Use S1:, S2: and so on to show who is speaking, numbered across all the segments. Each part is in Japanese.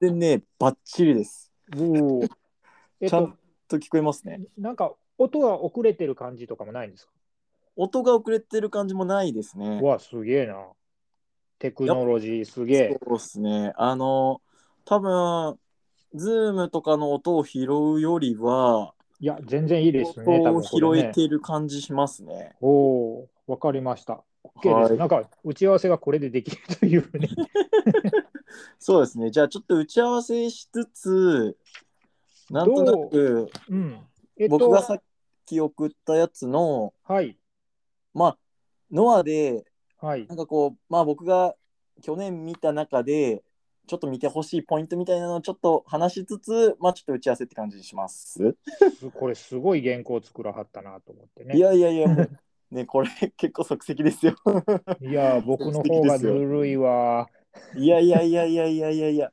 S1: 然ね、バッチリです。
S2: おお。 えっ
S1: ちゃんと
S2: と、
S1: 聞こえますね。
S2: なんか音が遅れてる感じとかもないんですか
S1: 音が遅れてる感じもないですね
S2: う。わ、すげえな。テクノロジーすげえ。
S1: そうですね。あの、多分、ズームとかの音を拾うよりは、
S2: いや、全然いいですね。
S1: 音
S2: 多
S1: を
S2: 分こ
S1: 拾
S2: れ
S1: え
S2: ね。
S1: てる感じしますね。
S2: おお、わかりました。OK です。
S1: はい
S2: なんか打ち合わせがこれでできるという ね。
S1: そうですね。じゃあちょっと打ち合わせしつつ、なんとなく
S2: うん。えっと、
S1: 僕がさっき送ったやつの、
S2: はい、
S1: まあ、ノアで、
S2: はい
S1: な、んかこう、まあ僕が去年見た中で、ちょっと見てほしいポイントみたいなのをちょっと話しつつ、まあちょっと打ち合わせって感じにします。
S2: すこれすごい原稿作らはったなと思ってね。
S1: いやいやいや、もうね、これ結構即席ですよ。
S2: いやー、僕の方がずるいわ。
S1: いやいやいやいやいやいやいや。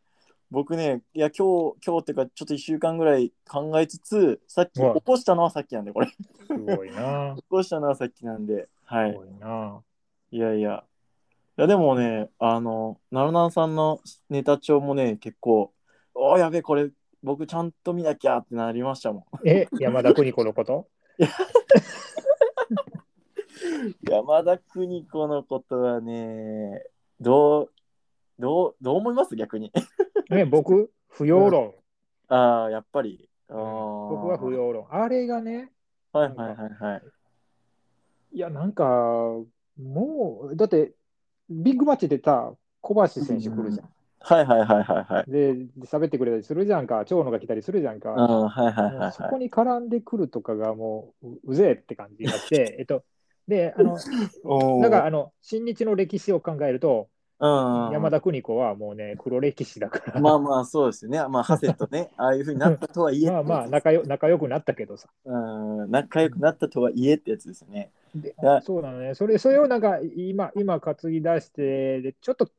S1: 僕ね、いや今日、今日っていうか、ちょっと1週間ぐらい考えつつ、さっき、
S2: はい
S1: 起こしたのはさっきなんで、これ。起
S2: すごいな。
S1: こしたのはさっきなんで、は
S2: す
S1: い。
S2: ごいな。
S1: いやいや。いや、でもね、あの、なるなるさんのネタ帳もね、結構、おーやべえ、これ、僕ちゃんと見なきゃってなりましたも
S2: え、山田邦子のこと
S1: ん。山田邦子のことはね、どう、どう、どう思います逆に。
S2: ね、僕、不要論。
S1: ああ、やっぱり。あー
S2: 僕は不。要論。あれがね、
S1: はいはいはいはい。
S2: いや、なんか、もう、だって、ビッグマッチでさ、小橋選手来るじゃん。
S1: はいはいはいはいはい。
S2: で、喋ってくれたりするじゃんか、長野が来たりするじゃんか。
S1: うん、はいはいはい
S2: も
S1: は
S2: う
S1: い。
S2: そこに絡んでくるとかがもう、ううぜえって感じになっ て、えっと、で、あの、
S1: おー
S2: だから、あの、新日の歴史を考えると、
S1: うん、
S2: 山田邦子はもうね、黒歴史だから、
S1: まあまあそうですよね。まあ、ハセとね、ああいうふうになったとはいえ、
S2: まあまあ仲よ、仲良くなったけどさ。
S1: うん、仲良くなったとはいえってやつですよね。
S2: で
S1: あ
S2: そうなのね。それ、それをなんか、今、今担ぎ出して、で、ちょっと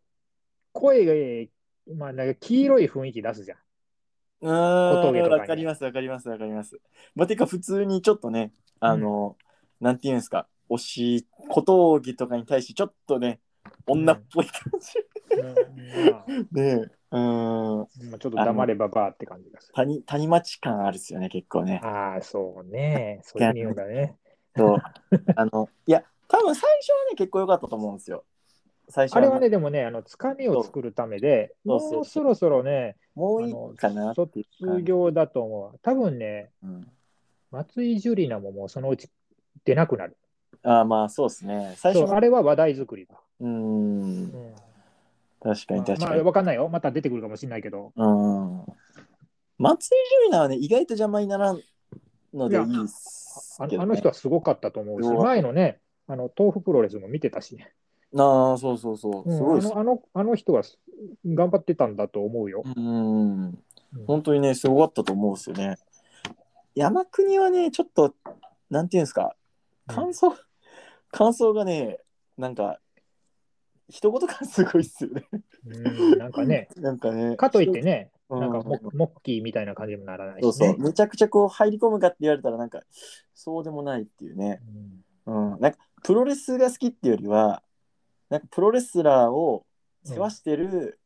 S2: 声が、まあ、なんか黄色い雰囲気出すじゃん。
S1: うん、
S2: 小峠とかに
S1: わかりますわかりますわかります。まあ、てか普通にちょっとね、あの、なんていうんですか、推し、小峠とかに対してちょっとね、女っぽい感
S2: うんまあ
S1: じで、うん、
S2: まあちょっと黙ればばあって感じがする。
S1: 谷谷町感あるですよね、結構ね。
S2: ああ、そうね。そういう匂いだね。
S1: そう。あの、いや、多分最初はね、結構良かったと思うんですよ。最初
S2: あれはね、でもね、あの、つかみを作るためで、
S1: そうそうそう
S2: もうそろそろね、
S1: も
S2: あ
S1: うい
S2: の
S1: いかなっていう
S2: 通業だと思う。多分ね、
S1: うん
S2: 松井樹里奈ももうそのうち出なくなる。
S1: あーまあそうですね。最
S2: そ
S1: 初
S2: う、
S1: は
S2: あれは話題作りだ。
S1: うー
S2: うんん
S1: 確かに確か
S2: まあ、まあ
S1: に。
S2: わかんないよ。また出てくるかもしれないけど。
S1: うん。松井純奈はね、意外と邪魔にならんのでいいっす
S2: あ
S1: けど、ね。
S2: あの人はすごかったと思うし、
S1: よかった
S2: 前のね、あの豆腐プロレスも見てたしね、
S1: なあ、そうそうそう。す
S2: う
S1: ごい
S2: ん
S1: っ
S2: あ
S1: す。
S2: のあのあの人はす頑張ってたんだと思うよ
S1: う。ん。
S2: うん
S1: 本当にね、すごかったと思うんですよね。山国はね、ちょっと、なんていうんですか、感想、感想がね、なんか、一言感すごいっすよね。
S2: うんなんかね、
S1: なんかね。
S2: かといってね、
S1: うん
S2: なんかモモッキーみたいな感じにもならないし、
S1: そ
S2: ね。
S1: うそう、めちゃくちゃこう入り込むかって言われたらなんかそうでもないっていうね、
S2: うん
S1: うん、なんかプロレスが好きっていうよりはなんかプロレスラーを世話してる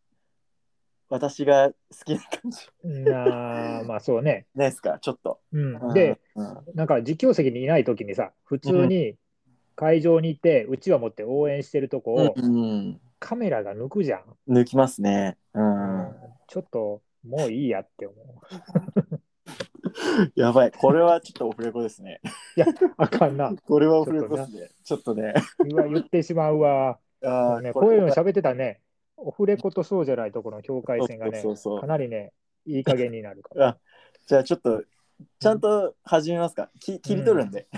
S1: 私が好きな感じじ
S2: なあまあそうね。
S1: ゃないですかちょっと。
S2: うん、で、
S1: うん、
S2: なんか実況席にいないときにさ、普通に会場にいて、うちわ持って応援してるとこを
S1: うん
S2: カメラが抜くじゃん。
S1: うん、抜きますね。うん、
S2: ちょっともういいやって思う。
S1: やばい、これはちょっとオフレコですね。
S2: あかんな。
S1: これはオフレコですね。ちょっとね。
S2: うわ言ってしまうわ。
S1: あー
S2: ね、こ
S1: こ
S2: うい
S1: れ
S2: うの喋ってたね、オフレコとそうじゃないところの境界線がね、
S1: そうそうそう
S2: かなりね、いい加減になるか ら。
S1: あじゃあちょっとちゃんと始めますか。き切り取るんで。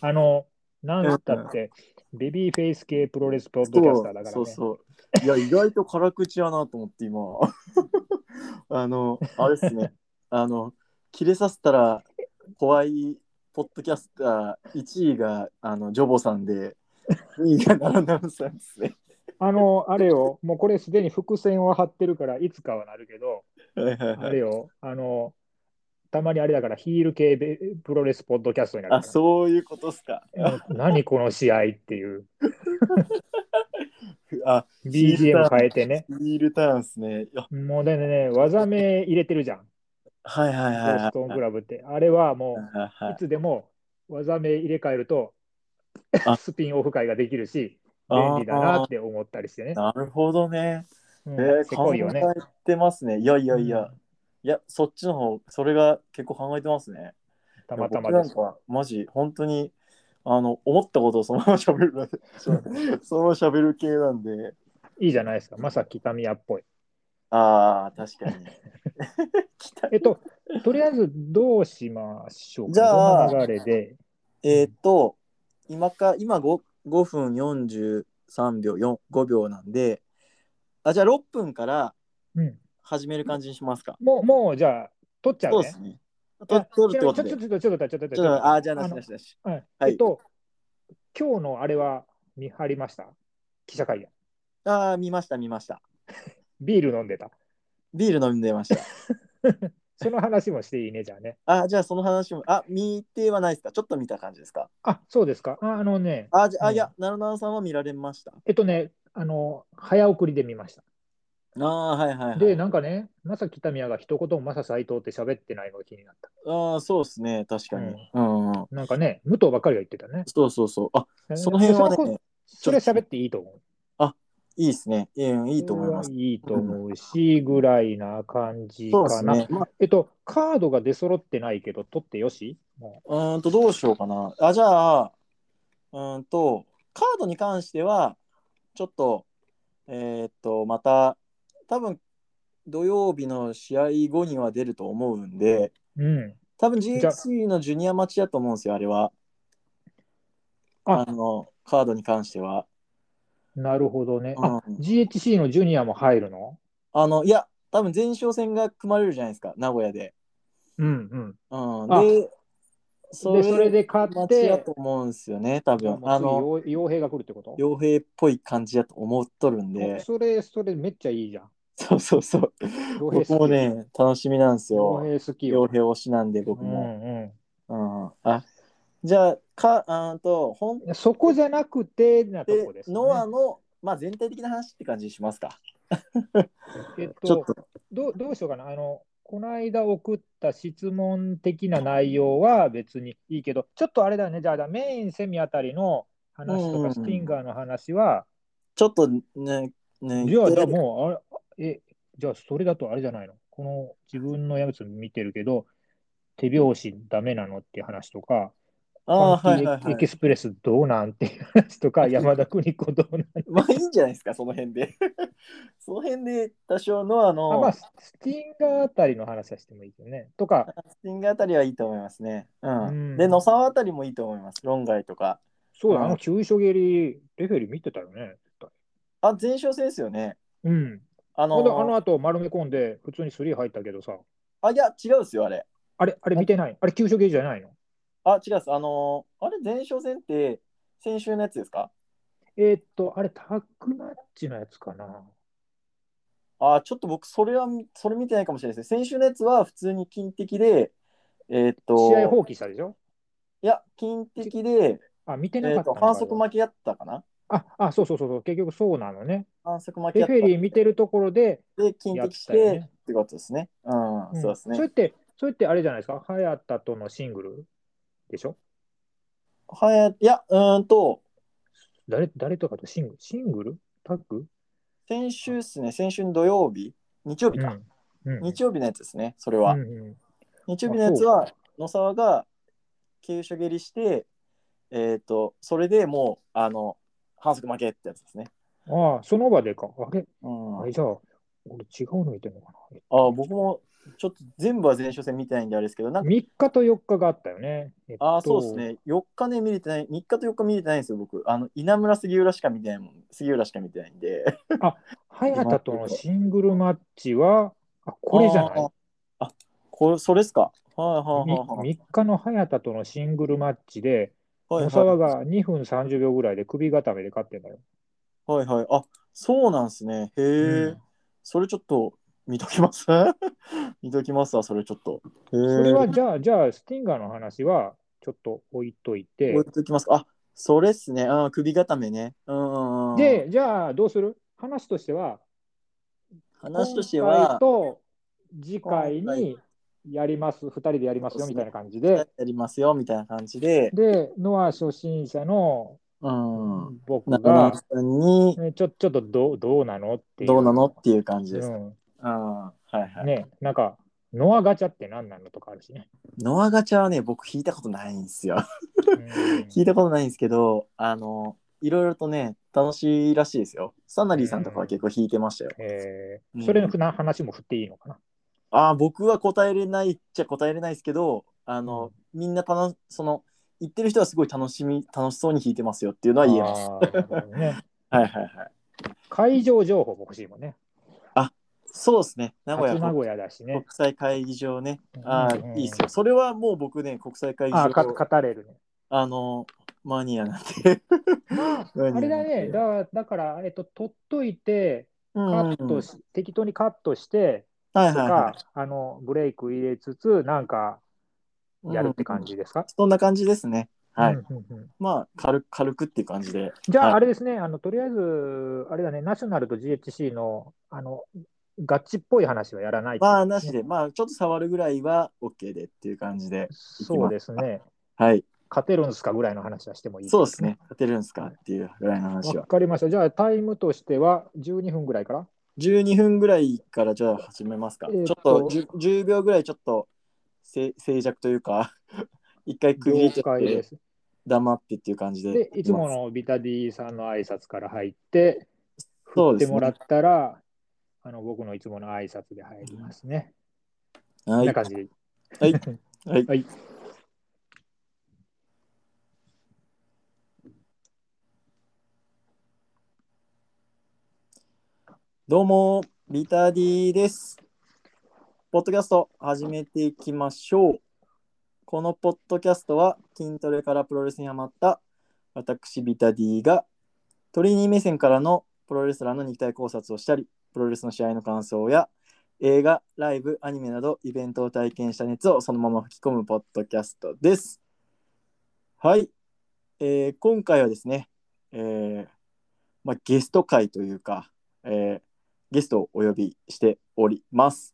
S2: あの、なんつったって、ベビーフェイス系プロレスポッドキャスターだからね。
S1: そうそうそういや意外と辛口やなと思って今 あのあれっすねあの切れさせたら怖いポッドキャスター1位があのジョボさんで2位がナラナラさんですね
S2: あの、あれよ、もうこれすでに伏線を張ってるから、いつかはなるけど、
S1: はいはい
S2: あ
S1: はい
S2: れよ、あの、たまにあれだから、ヒール系ベプロレスポッドキャストになるから。
S1: あそういうことっすか
S2: うん何この試合っていう。
S1: あ、
S2: BGM 変えてね。
S1: ヒールターンですね。いや
S2: もうだってね、技名入れてるじゃん。
S1: はいはい
S2: ボ
S1: はい。
S2: ストンクラブって。あれはも、
S1: はいうはいい
S2: つでも技名入れ替えると
S1: あ、
S2: スピンオフ会ができるし、
S1: あ
S2: 便利だなって思ったりしてね。
S1: なるほどね。
S2: う
S1: え
S2: ん
S1: ー、
S2: せ
S1: 考
S2: こ
S1: え
S2: いよね。
S1: てますね。いやいやいや。
S2: うん
S1: いや、そっちの方、それが結構考えてますね。
S2: たまたま
S1: いや
S2: で
S1: 僕
S2: す。
S1: なんか、マジ、本当に、あの、思ったことをそのまま喋るので、 そのまま喋る系なんで、
S2: いいじゃないですか。まさきたみやっぽい。
S1: ああ、確かに。
S2: えっと、とりあえずどうしましょうか。
S1: じゃあ
S2: この流れで。
S1: えーっと、今か、今 5, 5分43秒、4 5秒なんで、あ、じゃあ6分から
S2: うん、
S1: 始める感じにしますか。
S2: もう、もうじゃあ、取っちゃ
S1: そううで
S2: ね
S1: す。ね。
S2: あ
S1: と取るってこと
S2: ち
S1: で。
S2: ょ
S1: ち
S2: ちょっと、ちょっと、ちょっと、ちょっと、
S1: ょっと、あー、じゃあなしなしなし。
S2: はい
S1: はい
S2: えっと、今日のあれは見張りました記者会見。
S1: あー、見ました、見ました。
S2: ビール飲んでた。
S1: ビール飲んでました。
S2: その話もしていいね、じゃあね。
S1: あー、じゃあその話も、あ、見てはないですか。ちょっと見た感じですか。
S2: あ、そうですか。ああのね、
S1: あー、じゃあ、
S2: う
S1: あ
S2: ん
S1: いや、なるなるさんは見られました。
S2: えっとね、あの、早送りで見ました。
S1: あー、はいはい、はい。
S2: で、なんかね、まさきたみやが一言もまさ斎藤って喋ってないのが気になった。
S1: あー、そうですね、確かに。う、
S2: うん
S1: うん、
S2: なんかね、武藤ばっかりが言ってたね。
S1: そうそうそう。あ、その辺はね
S2: そこそれは喋っていいと思う。
S1: いいですね。うんいいと思います
S2: そ。れはいいと思うし、ぐらいな感じ
S1: そうで
S2: か
S1: す
S2: な。
S1: ね。まあ
S2: えっと、カードが出揃ってないけど、取ってよしも
S1: うーんと、どうしようかな。あ、じゃあ、うーんと、カードに関しては、ちょっと、えーっと、また、多分土曜日の試合後には出ると思うんで、
S2: う。うん。
S1: 多分
S2: じゃあ
S1: GHC のジュニア待ちだと思うんですよ、あれは。
S2: あ
S1: あの、カードに関しては。
S2: なるほどね。あ、
S1: うん
S2: GHC のジュニアも入るの
S1: あの、いや、多分前哨戦が組まれるじゃないですか、名古屋で。
S2: うんうん。
S1: うん、
S2: あ
S1: で、そ
S2: で、それで勝っ
S1: 待ちだ
S2: て
S1: と、思うんですよね、多分。
S2: もう
S1: あの、
S2: 次、傭傭兵が来るってこと
S1: 傭兵っぽい感じだと思っとるん
S2: お
S1: で、
S2: それ、それめっちゃいいじゃん。
S1: そうそうそう。
S2: 傭兵好き
S1: 僕もね、楽しみなんです
S2: 傭
S1: よ。
S2: 兵好き
S1: 傭
S2: よ。
S1: 兵推しなんで、僕
S2: う
S1: も。
S2: んう
S1: うんあじゃあ、か、あーと、本
S2: ん。そこじゃなくて、なと
S1: で
S2: こです、ね。
S1: ノアの、まあ、全体的な話って感じにしますか。
S2: えっ
S1: ちょ
S2: と
S1: っと、
S2: どう、どうしようかな。あの、この間送った質問的な内容は別にいいけど、ちょっとあれだね、じゃあ、メインセミあたりの話
S1: う
S2: と
S1: んうんう
S2: か、
S1: ん
S2: スティンガーの話は、
S1: ちょっとね、ね、
S2: じゃあ、じゃ
S1: で
S2: あもう、あれ、え、じゃあ、それだとあれじゃないのこの自分のやつ見てるけど、手拍子ダメなのっていう話とか、
S1: あー
S2: パ
S1: は
S2: ン
S1: い
S2: テ
S1: はい
S2: ィエ
S1: は
S2: キ
S1: い。
S2: スプレスどうなんっていう話とか、山田邦子どうなん
S1: まあ、いいんじゃないですか、その辺で。 その辺で、多少ノア
S2: あ、まあ、
S1: の、
S2: スティンガーあたりの話はしてもいいけどね。とか、
S1: スティングあたりはいいと思いますね。うん。
S2: うん
S1: で、野沢あたりもいいと思います。論外とか。
S2: そうだ、
S1: うん
S2: あの急所蹴り、レフェリー見てたよね。
S1: あ、前哨戦ですよね。
S2: うん。
S1: あの
S2: ほんで、あの後丸め込んで、普通にスリー入ったけどさ、
S1: あ、いや、違うですよ、あれ。
S2: あれ、あれ見てない。あれ、急所蹴りじゃないの
S1: あ、違うです。あのーあれ、前哨戦って、先週のやつですか
S2: えーっと、あれ、タッグマッチのやつかな。
S1: あ、ちょっと僕、それは、それ見てないかもしれないですね。先週のやつは、普通に金的で、えーっと、
S2: 試合放棄したでしょ
S1: いや、金的で、
S2: あ、見て
S1: え
S2: なか
S1: ー
S2: っ
S1: ったと、
S2: のか
S1: 反則負けやったかな
S2: あ、あ、そうそうそうそう、結局そうなのね。
S1: 反則負け
S2: レ
S1: やっ
S2: フェリー
S1: た
S2: 見てるところで、
S1: で、金的して、
S2: やったよね
S1: ってことですね。うん、
S2: ん
S1: そうです
S2: それ
S1: ね
S2: っ。て、それってあれじゃないですか、早田とのシングルでしょ
S1: はい、いや、うーんと、
S2: 誰誰とかとシングルシングルタッグ、
S1: 先週ですね、先週の土曜日、日曜日か。
S2: うんうん、
S1: 日曜日のやつですね、それは。
S2: うんうん
S1: 日曜日のやつは野沢が急所蹴りして、えっ、と、それでもう、あの、反則負けってやつですね。
S2: ああ、その場でか。あれ
S1: うん、
S2: あ
S1: あ
S2: れじゃあ、俺違うの見てんのか
S1: 僕もちょっと全部は前哨戦見てないんであれですけど、な
S2: な。
S1: んか、
S2: 3日と4日があったよね。えっと
S1: ああ、そうです。ね。4日ね、見れてない、3日と4日見れてないんですよ、僕。あの、稲村杉浦しか見てないもん。杉浦しか見てないんで。
S2: 早田とのシングルマッチは、あこれじゃない
S1: ああ、これ、それっすか。はいはいはいはい。
S2: ?3 日の早田とのシングルマッチで、
S1: はい
S2: 野
S1: は
S2: 沢
S1: い
S2: が2分30秒ぐらいで首固めで勝ってんだよ。
S1: はいはい。あ、そうなんですね。へえ、
S2: うん
S1: それちょっと見ときます。 見ときますわ、それちょっと。へえ。
S2: それはじゃあ、じゃあ、スティンガーの話はちょっと置いといて
S1: 置い、ときますか。あ、それっすね。あー首固めね。うんうんうん。
S2: で、じゃあどうする話としては、
S1: 話として
S2: 今
S1: は
S2: 回、と次回
S1: 今回
S2: にやります、2人でやりますよみたいな感じ
S1: や
S2: で、
S1: りますよみたいな感じで、
S2: で、ノア初心者の
S1: うん。
S2: 僕
S1: 中
S2: が
S1: 村、さんに
S2: ね、ちょちょっとどうどうなのっていう。
S1: どうなのっていう感じです。
S2: うん
S1: うん。はいはい。
S2: ね、なんか、ノアガチャって何なのとかあるしね。
S1: ノアガチャはね、僕引いたことないんですよ。
S2: うん
S1: 聞いたことないんですけど、あの、いろいろとね、楽しいらしいですよ。サナリーさんとかは結構弾いてましたよ。
S2: え
S1: うん
S2: ー、それのふな話も振っていいのかな。
S1: ああ、僕は答えれないっちゃ答えれないですけど、あの、みんな楽し、その、言ってる人はすごい楽しみ、楽しそうに弾いてますよっていうのは言えます。
S2: あーなるほどね、
S1: はいはいはい。
S2: 会場情報も欲しいもんね。
S1: そうですね。名古
S2: 初
S1: 屋
S2: 名
S1: 国
S2: 古屋だしね。
S1: 際会議場ね。ああ、
S2: うんうん
S1: いいっすよ。それはもう僕ね、国際会議
S2: あーか
S1: 場、
S2: 語れるね。
S1: あの、マニアなんで。マニアな
S2: あ
S1: ん
S2: れ
S1: で
S2: だね、だだから、えっと、取っといて、
S1: う
S2: カ
S1: んうん
S2: ットし、適当にカットして、
S1: はい
S2: と
S1: はい
S2: か
S1: は、
S2: あの、ブレイク入れつつ、なんか
S1: い。
S2: やるって
S1: う
S2: 感
S1: ん。
S2: じですか、
S1: そんな感じですね。はい。
S2: うんうんうん
S1: まあ、軽く、軽くっていう感じで。
S2: じゃ
S1: はい
S2: あ、あれですね、あのとりあえず、あれだね、ナショナルと GHC のあのガチっぽい話はやら ない
S1: まあなしで、まあちょっと触るぐらいは OK でっていう感じで。
S2: そうですね、
S1: はい。
S2: 勝てるんですかぐらいの話はしてもいい
S1: そうですね。勝てるんですかっていうぐらいの話
S2: わ
S1: は。
S2: かりました。じゃあ、タイムとしては12分ぐらいから
S1: 12分ぐらいからじゃあ始めますか。
S2: えー
S1: ちょ
S2: と
S1: っと 10, 10秒ぐらいちょっとせ静寂というか、 一回区切り
S2: 了
S1: ちゃっ
S2: 解で
S1: て
S2: す。
S1: 黙ってっていう感じで。
S2: で、いつものビタディさんの挨拶から入って、
S1: そ
S2: 振
S1: うで
S2: って
S1: すね
S2: もらったら、あの僕のいつもの挨拶で入りますね。
S1: は
S2: こん
S1: い
S2: な。感じで。
S1: はいはい
S2: はい
S1: どうも、ビタディです。ポッドキャスト始めていきましょう。このポッドキャストは筋トレからプロレスにハマった私ビタディがトレーニー目線からのプロレスラーの肉体考察をしたり、プロレスの試合の感想や映画、ライブ、アニメなどイベントを体験した熱をそのまま吹き込むポッドキャストです。はい、えー今回はですね、えーまあ、ゲスト会というか、えーゲストをお呼びしております。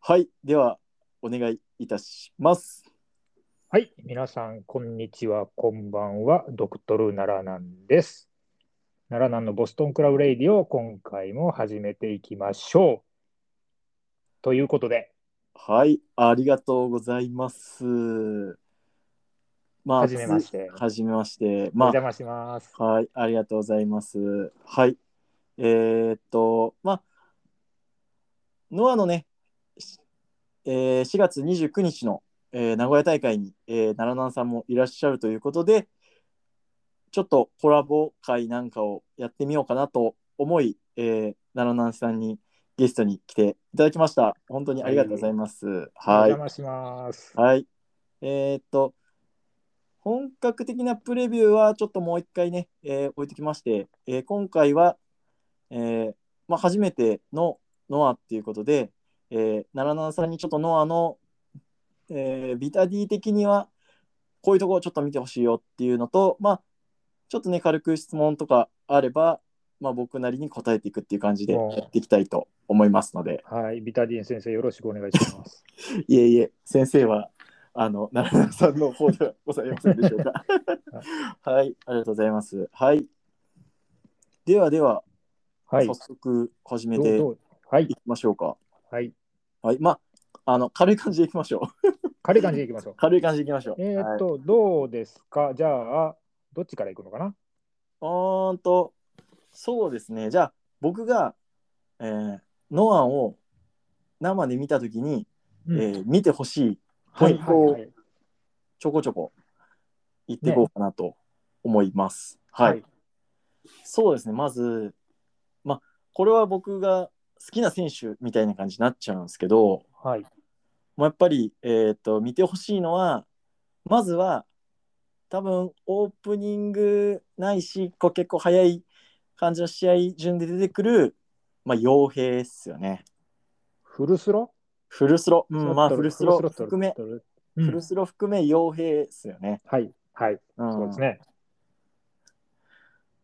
S1: はい、ではお願いいたします。
S2: はい、皆さん、こんにちは、こんばんは、ドクトル奈良南です。奈良南のボストンクラブレイディを今回も始めていきましょう。ということで、
S1: はい、ありがとうございます。まあ、
S2: はじめまして
S1: つはじめまして。
S2: お
S1: ま
S2: 邪魔します。
S1: あ、はい、ありがとうございます。はい。えーっと、まあ、ノアのね、しえー4月29日の、えー名古屋大会に、えー奈良南さんもいらっしゃるということで、ちょっとコラボ会なんかをやってみようかなと思い、えー奈良南さんにゲストに来ていただきました。本当にありがとうございます。はい
S2: お邪。魔します。
S1: はい。えーっと、本格的なプレビューはちょっともう一回ね、えー置いてきまして、えー今回は、えーまあ、初めてのノアっていうことで、えー奈良奈さんにちょっとノアの、えービタディ的にはこういうとこをちょっと見てほしいよっていうのと、まあ、ちょっとね、軽く質問とかあれば、まあ、僕なりに答えていくっていう感じでやっていきたいと思いますので。
S2: はい、ビタディン先生、よろしくお願いします。
S1: いえいえ、先生は、あの、奈良さんの方ではございませんでしょう か。はい、ありがとうございます。はい。ではでは、
S2: はい、
S1: 早速始め
S2: どう
S1: て
S2: どうはい
S1: い、きましょうか。
S2: はい、
S1: はい、まあ、あの、軽い感じでいきましょう。
S2: 軽い感じでいきましょう。
S1: 軽い感じでいきましょう。
S2: えーっ
S1: はい、
S2: と、どうですかじゃあ、どっちからいくのかな
S1: うーんと、そうですね。じゃあ、僕が、えーノアを生で見たときに、
S2: うん
S1: えー見てほしい、
S2: はい、
S1: ポイントを
S2: はい、はい
S1: ちょこちょこ言っていこうかなと思います。はい。
S2: はい
S1: そうですね、まず、まあ、これは僕が好きな選手みたいな感じになっちゃうんですけど、
S2: はい。
S1: まあ、やっぱり、えー、と見てほしいのは、まずは多分オープニングないし、こう結構早い感じの試合順で出てくる、まあ、傭兵ですよね。
S2: フルスロ
S1: フルスロ、うんまあ、フルスロ
S2: フル
S1: 含め、
S2: トル
S1: フ
S2: うん
S1: ルスロ含め傭兵ですよね。
S2: はい、はい、
S1: うん
S2: そうですね。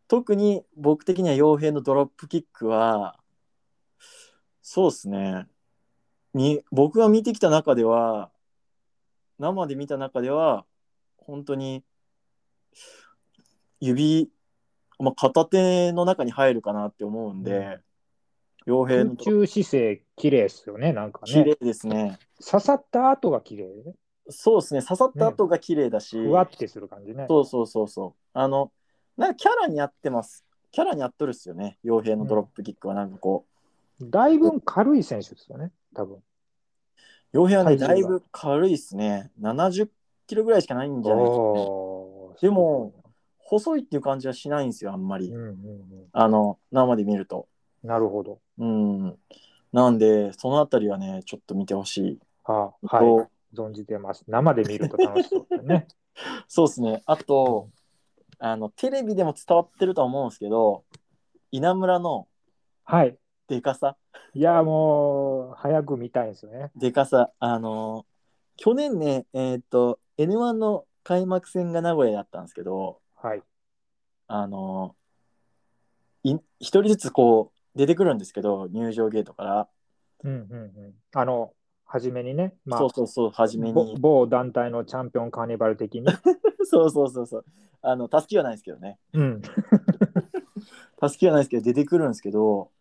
S1: 特に僕的には傭兵のドロップキックは、そうですね。に僕が見てきた中では、生で見た中では、本当に指、まあ、片手の中に入るかなって思うんで、傭兵
S2: 空
S1: の
S2: 中姿勢、綺麗ですよね、なんか
S1: 綺
S2: ね。
S1: 麗ですね。
S2: 刺さった後が綺麗
S1: そうですね。刺さった後が綺麗だし、
S2: ふわってする感じね。
S1: そうそうそうそう。あの、なんかキャラに合ってます。キャラに合っとるっすよね。傭兵のドロップキックはなんかこ
S2: だいぶ軽い選手ですよね、多分。
S1: う、傭兵はね、だ
S2: 体重
S1: い
S2: が
S1: ぶ軽いっすね。70キロぐらいしかないんじゃないですかね。
S2: おー
S1: でも、細いっていう感じはしないんですよ、あんま
S2: うん
S1: り
S2: う。んう
S1: あの、生で見ると。
S2: ん、なるほど。
S1: うん。なんで、そのあたりはね、ちょっと見てほしい。
S2: あ
S1: と
S2: はい。存じてます。生で見ると楽しそうですね。
S1: そうですね。あと、あの、テレビでも伝わってるとは思うんですけど、稲村の
S2: はい。
S1: でかさ、
S2: いや、もう、早く見たいんですよね。
S1: でかさ、あのー去年ね、えーっと、N1 の開幕戦が名古屋だったんですけど、
S2: はい。
S1: あのーい一人ずつこう出てくるんですけど、入場ゲートから、
S2: うんうんうん。あの、初めにね、まあ、
S1: そうそうそう、初め
S2: ぼ
S1: に、
S2: 某団体のチャンピオンカーニバル的に。
S1: そうそうそうそう、あの、たすきはないですけどね、
S2: うん。
S1: たすきはないですけど、出てくるんですけど、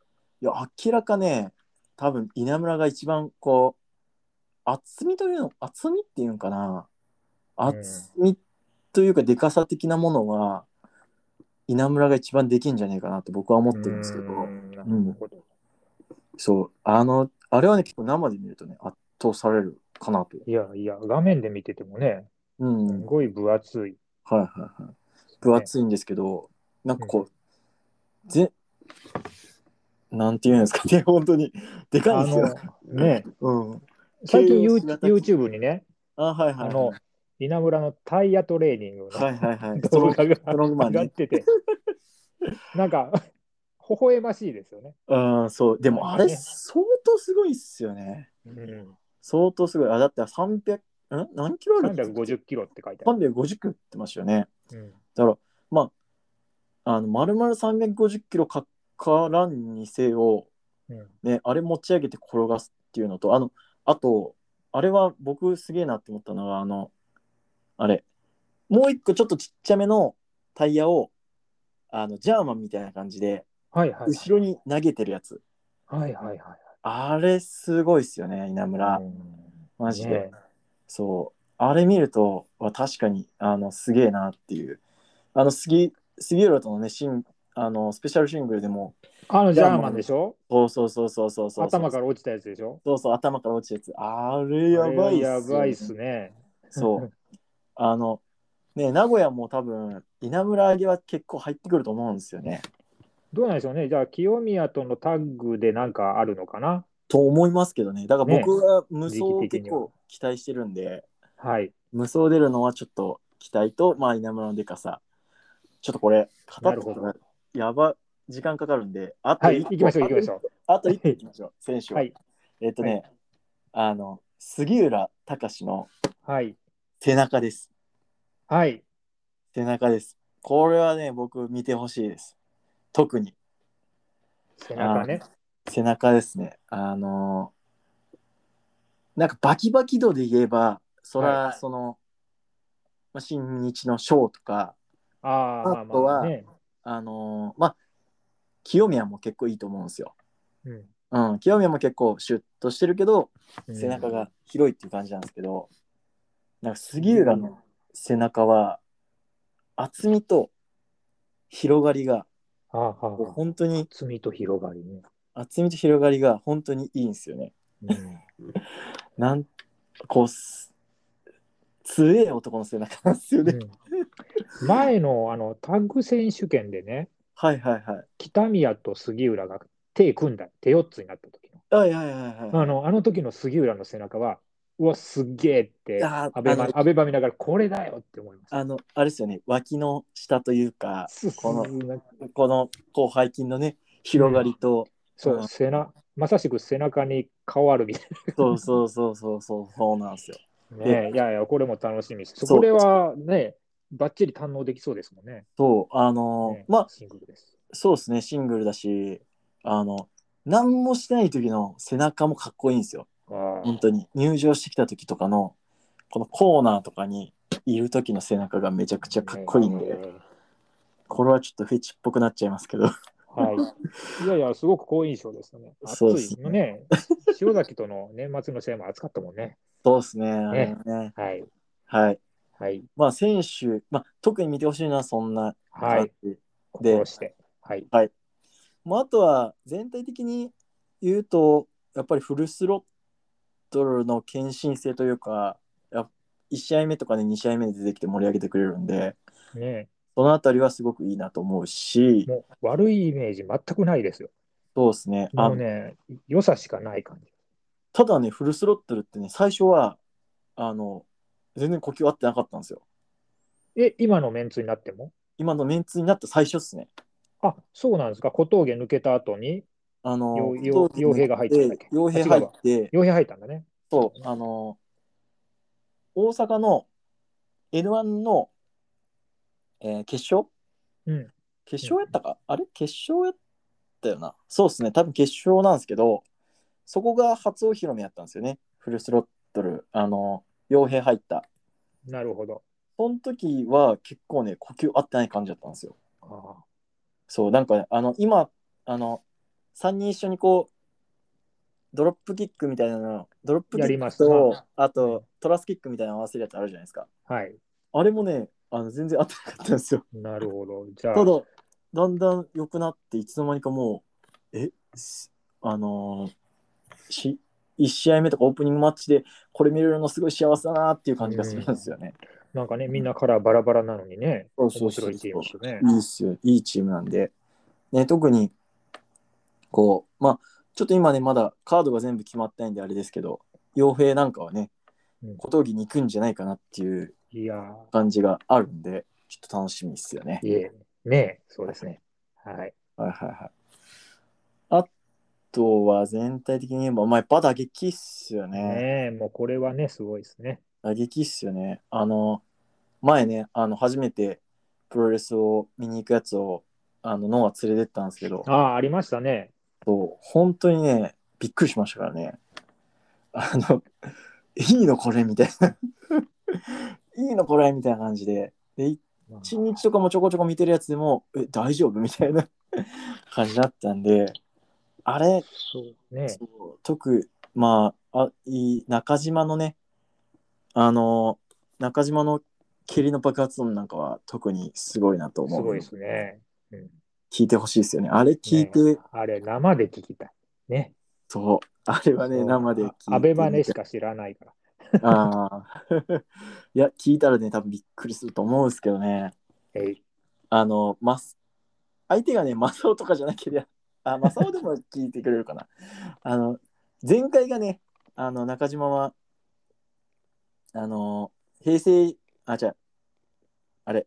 S1: いや、明らかね、多分稲村が一番こう、厚みというの、厚みっていうのかな、
S2: うん
S1: 厚みというか、でかさ的なものは、稲村が一番できんじゃねえかなと僕は思ってるんですけど、
S2: うんなるほど。
S1: そう、あの、あれはね、結構生で見るとね、圧倒されるかなと。
S2: いやいや、画面で見ててもね、
S1: う
S2: す
S1: ん、はい
S2: ごい分厚い。
S1: はいはい。分厚いんですけど、なんかこう、ぜ、なんていうんですかね、 本当に、でかいん
S2: あ
S1: ですよ。
S2: の、 ね、
S1: うん。
S2: 最近
S1: 形容
S2: You-
S1: 詞が立つ
S2: YouTube にね、
S1: あ、はいはい、
S2: あ
S1: は
S2: の
S1: い。、
S2: 稲村のタイヤトレーニングの
S1: はいはい はい。
S2: 動画が
S1: ストロングマ
S2: 上
S1: ン
S2: が
S1: ね
S2: ってて、 なんか、微笑ましいですよね。
S1: うん、そう。でもあれ、
S2: ね
S1: 相当すごいっすよね。
S2: うん、
S1: 相当すごい。あ、だって300、ん何キロある
S2: 350キロって書いてある。
S1: 350キロってましたよね。
S2: うん
S1: だからまああの丸々350キロかからんにせよ、
S2: うん
S1: ね、あれ持ち上げて転がすっていうのとあのあとあれは僕すげえなって思ったのがあのあれもう一個ちょっとちっちゃめのタイヤをあのジャーマンみたいな感じで
S2: はいはいはい。
S1: 後ろに投げてるやつ、
S2: はいはいは
S1: あれすごいっすよね稲村、
S2: い。うん
S1: マジで、
S2: ね
S1: そう。あれ見ると、わ確かに、あの、すげえなっていう。あの、杉、杉浦とのね、シン、あの、スペシャルシングルでも、
S2: あのジャーマンでしょ
S1: そうそうそうそうそうそう。
S2: 頭から落ちたやつでしょ
S1: そうそう、頭から落ちたやつ。あれ、やばいっすよね、
S2: あれやばいっすね。
S1: そう。あの、ね、名古屋も多分、稲村揚げは結構入ってくると思うんですよね。
S2: どうなんでしょうね。じゃあ、清宮とのタッグでなんかあるのかな
S1: と思いますけどね。だから僕は無双を
S2: 時期的
S1: 結
S2: には
S1: 構期待してるんで、
S2: はい。
S1: 無双出るのはちょっと期待と、まあ、稲村のでかさ。ちょっとこれ、語ってた
S2: なるほ
S1: らやば、時間かかるんで、あと
S2: はい、
S1: 一個
S2: 行きましょう、行きましょ
S1: あと一個行きましょう、選手
S2: う。
S1: は。
S2: はい。
S1: えっ、とね、
S2: は
S1: あの、杉浦隆の
S2: はい。
S1: 背中です。
S2: はい。
S1: 背中です。これはね、僕見てほしいです。特に
S2: 背中ね。
S1: 背中ですね。あのーなんかバキバキ度で言えば、そら、
S2: はい
S1: その、まあ、新日のショーとか、
S2: ああ、まあ
S1: あと
S2: ま
S1: は
S2: あね。
S1: あのーまあ、清宮も結構いいと思うんですよ。
S2: うん
S1: うん、清宮も結構シュッとしてるけど、
S2: うん
S1: 背中が広いっていう感じなんですけど、なんか杉浦の背中は厚みと広がりが
S2: ああ、ああ
S1: 本当に
S2: 厚みと広がりね。
S1: 厚みと広がりが本当にいいんですよね。
S2: うん
S1: なんこうす強え男の背中なんですよね。
S2: うん前のあのタッグ選手権でね、
S1: はいはいはい。
S2: 北宮と杉浦が手組んだ、手4つになった時の。
S1: はいはいはいはい。
S2: あのあの時の杉浦の背中は、うわ、すっげえって、
S1: あー
S2: アベマ
S1: あの
S2: アベマ見ながら、これだよって思いまし
S1: あのあれですよね脇の下というか
S2: た。すす
S1: この
S2: なんか
S1: この広背筋のね広がりと、
S2: そうう、
S1: ん
S2: 背中、まさしく背中に変わるみたい
S1: そう そうそうそうそうそうなんですよ。
S2: なね。いやいや、これも楽しみです。
S1: そう
S2: これはね、ばっちり堪能できそうですもんね。
S1: そう、あの、
S2: ね
S1: まあ、
S2: シングルです。
S1: そうですね、シングルだし、あの、何もしてない時の背中もかっこいいんですよ。
S2: あ
S1: 本当に。入場してきた時とかの、このコーナーとかにいる時の背中がめちゃくちゃかっこいいんで、これはちょっとフェチっぽくなっちゃいますけど。
S2: はい。いやいや、すごく好印象ですね。暑
S1: そうで
S2: い
S1: す
S2: のね。塩崎との年末の試合も暑かったもんね。
S1: そうですね、あれはね。
S2: はい。
S1: はい。
S2: はい。
S1: まあ、選手、まあ、特に見てほしいのはそんな
S2: は
S1: 感
S2: い。
S1: じ。
S2: 心して。はい。
S1: まあ、あとは全体的に言うとやっぱりフルスロットルの献身性というかや1試合目とかで2試合目で出てきて盛り上げてくれるんで
S2: ね
S1: そのあたりはすごくいいなと思うし
S2: もう悪いイメージ全くないですよ。
S1: そうですねあの
S2: もうね、良さしかない感じ。
S1: ただねフルスロットルってね最初はあの全然呼吸合ってなかったんですよ
S2: え、今のメンツになっても
S1: 今のメンツになった最初っすね
S2: あ、そうなんですか。小峠抜けた後に、
S1: あの
S2: ようよう傭兵が入ったんだっけ
S1: 傭兵入って
S2: 洋平入ったんだね。
S1: そう、あの、大阪の N1 の、えー決勝
S2: うん
S1: 決勝やったか、あれ決勝やったよな。そうですね、多分決勝なんですけど、そこが初お披露目やったんですよね、フルスロットル、あの、傭兵入った。
S2: なるほど。
S1: その時は結構ね、呼吸合ってない感じだったんですよ。
S2: あー
S1: そう、なんか、あの、今、あの、3人一緒にこう、ドロップキックみたいなの、ドロップキ
S2: やり
S1: ッ
S2: ま
S1: ク
S2: すな
S1: と、あと、トラスキックみたいなの合わせるやつあるじゃないですか。
S2: はい。
S1: あれもね、あの全然合ってなかったんですよ。
S2: なるほど。じゃあ、
S1: ただ、だんだん良くなって、いつの間にかもう、え、すあのーし、1試合目とかオープニングマッチで、これ見れるのすごい幸せだなっていう感じがするんですよね。
S2: なんかね、みんなカラーバラバラなのにね、
S1: そうそ
S2: 面
S1: うそ
S2: 白
S1: う
S2: いチームですよね。
S1: いいっすよ、いいチームなんで。ね、特に、こう、まあ、ちょっと今ね、まだカードが全部決まってないんであれですけど、傭兵なんかはね
S2: うん、
S1: 小峠に行くんじゃないかなっていう
S2: いや
S1: 感じがあるんで、ちょっと楽しみっすよね。
S2: ー、いえ、ねえ、そうですね。はい。
S1: はいはいはい。あとは全体的に言えば、お前、やっぱ打撃っすよね。
S2: ねえ、もうこれはね、すごいですね。
S1: 打撃っすよね。あの、前ね、あの、初めてプロレスを見に行くやつを、あの、ノア連れてったんですけど
S2: あ、あ、ありましたね。
S1: そう本当にね、びっくりしましたからね。あの、いいのこれみたいな。 いいのこれみたいな感じで。で、一日とかもちょこちょこ見てるやつでも、え、大丈夫みたいな 感じだったんで、あれ、
S2: そうね。
S1: そう特まああいい中島のねあの中島の蹴りの爆発音なんかは特にすごいなと
S2: す
S1: 思う
S2: ごいですね。うん
S1: 聞いてほしいですよねあれ聞いて、
S2: ねあれ、生で聞きたい。ね。
S1: そうあれは
S2: そ
S1: ね
S2: う
S1: 生で聞いて
S2: あアベマネしか知らないから。
S1: あー いや聞いたらね多分びっくりすると思うんですけどね
S2: えい
S1: あのます相手がねマサオとかじゃなければ あマサオでも聞いてくれるかなあの前回がねあの中島はあの平成あじゃあれ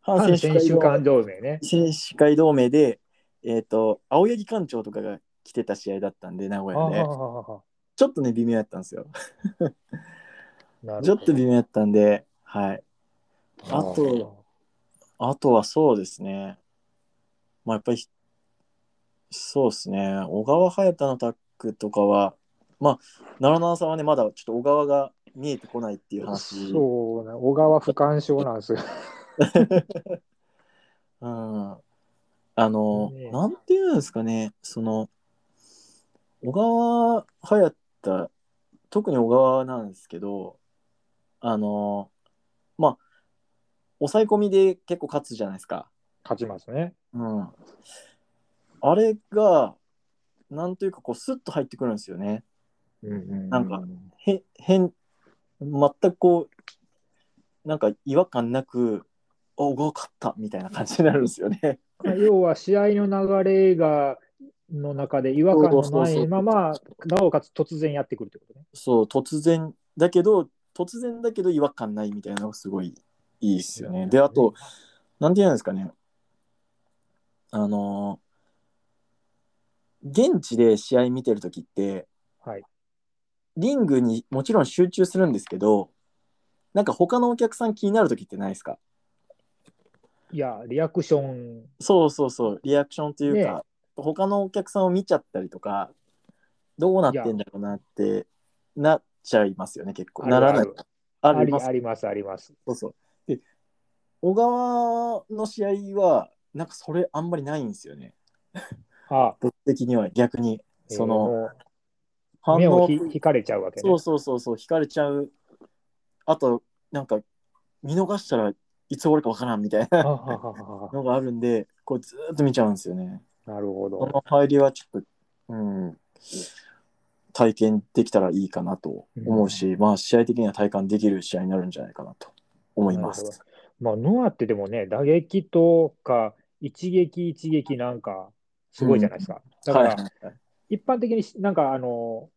S1: 反
S2: 反
S1: 選手会
S2: 選手感
S1: 同
S2: 同盟ね。
S1: 選手会同盟でえっ、と青柳館長とかが来てた試合だったんで名古
S2: ああ
S1: 屋でちょっとね微妙だったんですよ
S2: なるほど
S1: ちょっと微妙だったんではいあと、あとはそうですね。まあやっぱりひ、そうですね。小川隼太のタックとかは、まあ、奈良奈さんはね、まだちょっと小川が見えてこないっていう話。
S2: そうな、小川不干渉なんですよ。
S1: うん。あの、
S2: ね
S1: なんていうんですかね、その、小川隼太、特に小川なんですけど、あの、まあ、抑え込みで結構勝つじゃないですか。
S2: 勝ちますね。
S1: うん、あれがなんというかこうスッと入ってくるんですよねなんかへ変全くこうなんか違和感なく「あ動かった」みたいな感じになるんですよね。
S2: まあ要は試合の流れがの中で違和感の
S1: そうそう
S2: な
S1: そうそ
S2: いうまま、なおかつ突然やってくるってことね。
S1: そう突然だけど突然だけど違和感ないみたいなのがすごいいいですよね。であとなんて言うんですかねあの現地で試合見てる時って
S2: はい。
S1: リングにもちろん集中するんですけど、なんか他のお客さん気になる時ってないですか
S2: いや、リアクション、
S1: そうそうそう、リアクションというか、
S2: ね
S1: 他のお客さんを見ちゃったりとか、どうなってんだろうなってなっちゃいますよね、結構。
S2: ある
S1: な
S2: ある
S1: らない。あ
S2: あ
S1: り
S2: り
S1: ます
S2: あります、あります。
S1: そうそう。で、小川の試合は、なんかそれあんまりないんですよね。
S2: あ、
S1: 僕的には逆に。その、
S2: えー、
S1: 反
S2: 目を
S1: 応
S2: ひ引かれちゃうわけね
S1: そう。そうそうそう、引かれちゃう。あと、なんか、見逃したらいつ終わるかわからんみたい
S2: あ
S1: な
S2: はははは
S1: のがあるんで、こうずーっと見ちゃうんですよね。
S2: なるほ
S1: こ
S2: ど。
S1: の入りはちょっと、うん、体験できたらいいかなと思うし、まあ、試合的には体感できる試合になるんじゃないかなと思いま
S2: なる
S1: す。
S2: まあ、ノアってでもね、打撃とか、一撃一撃なんか、すごいじゃないですか。だか
S1: はい
S2: ら、
S1: はいはい。
S2: 一般的にしなんかあの、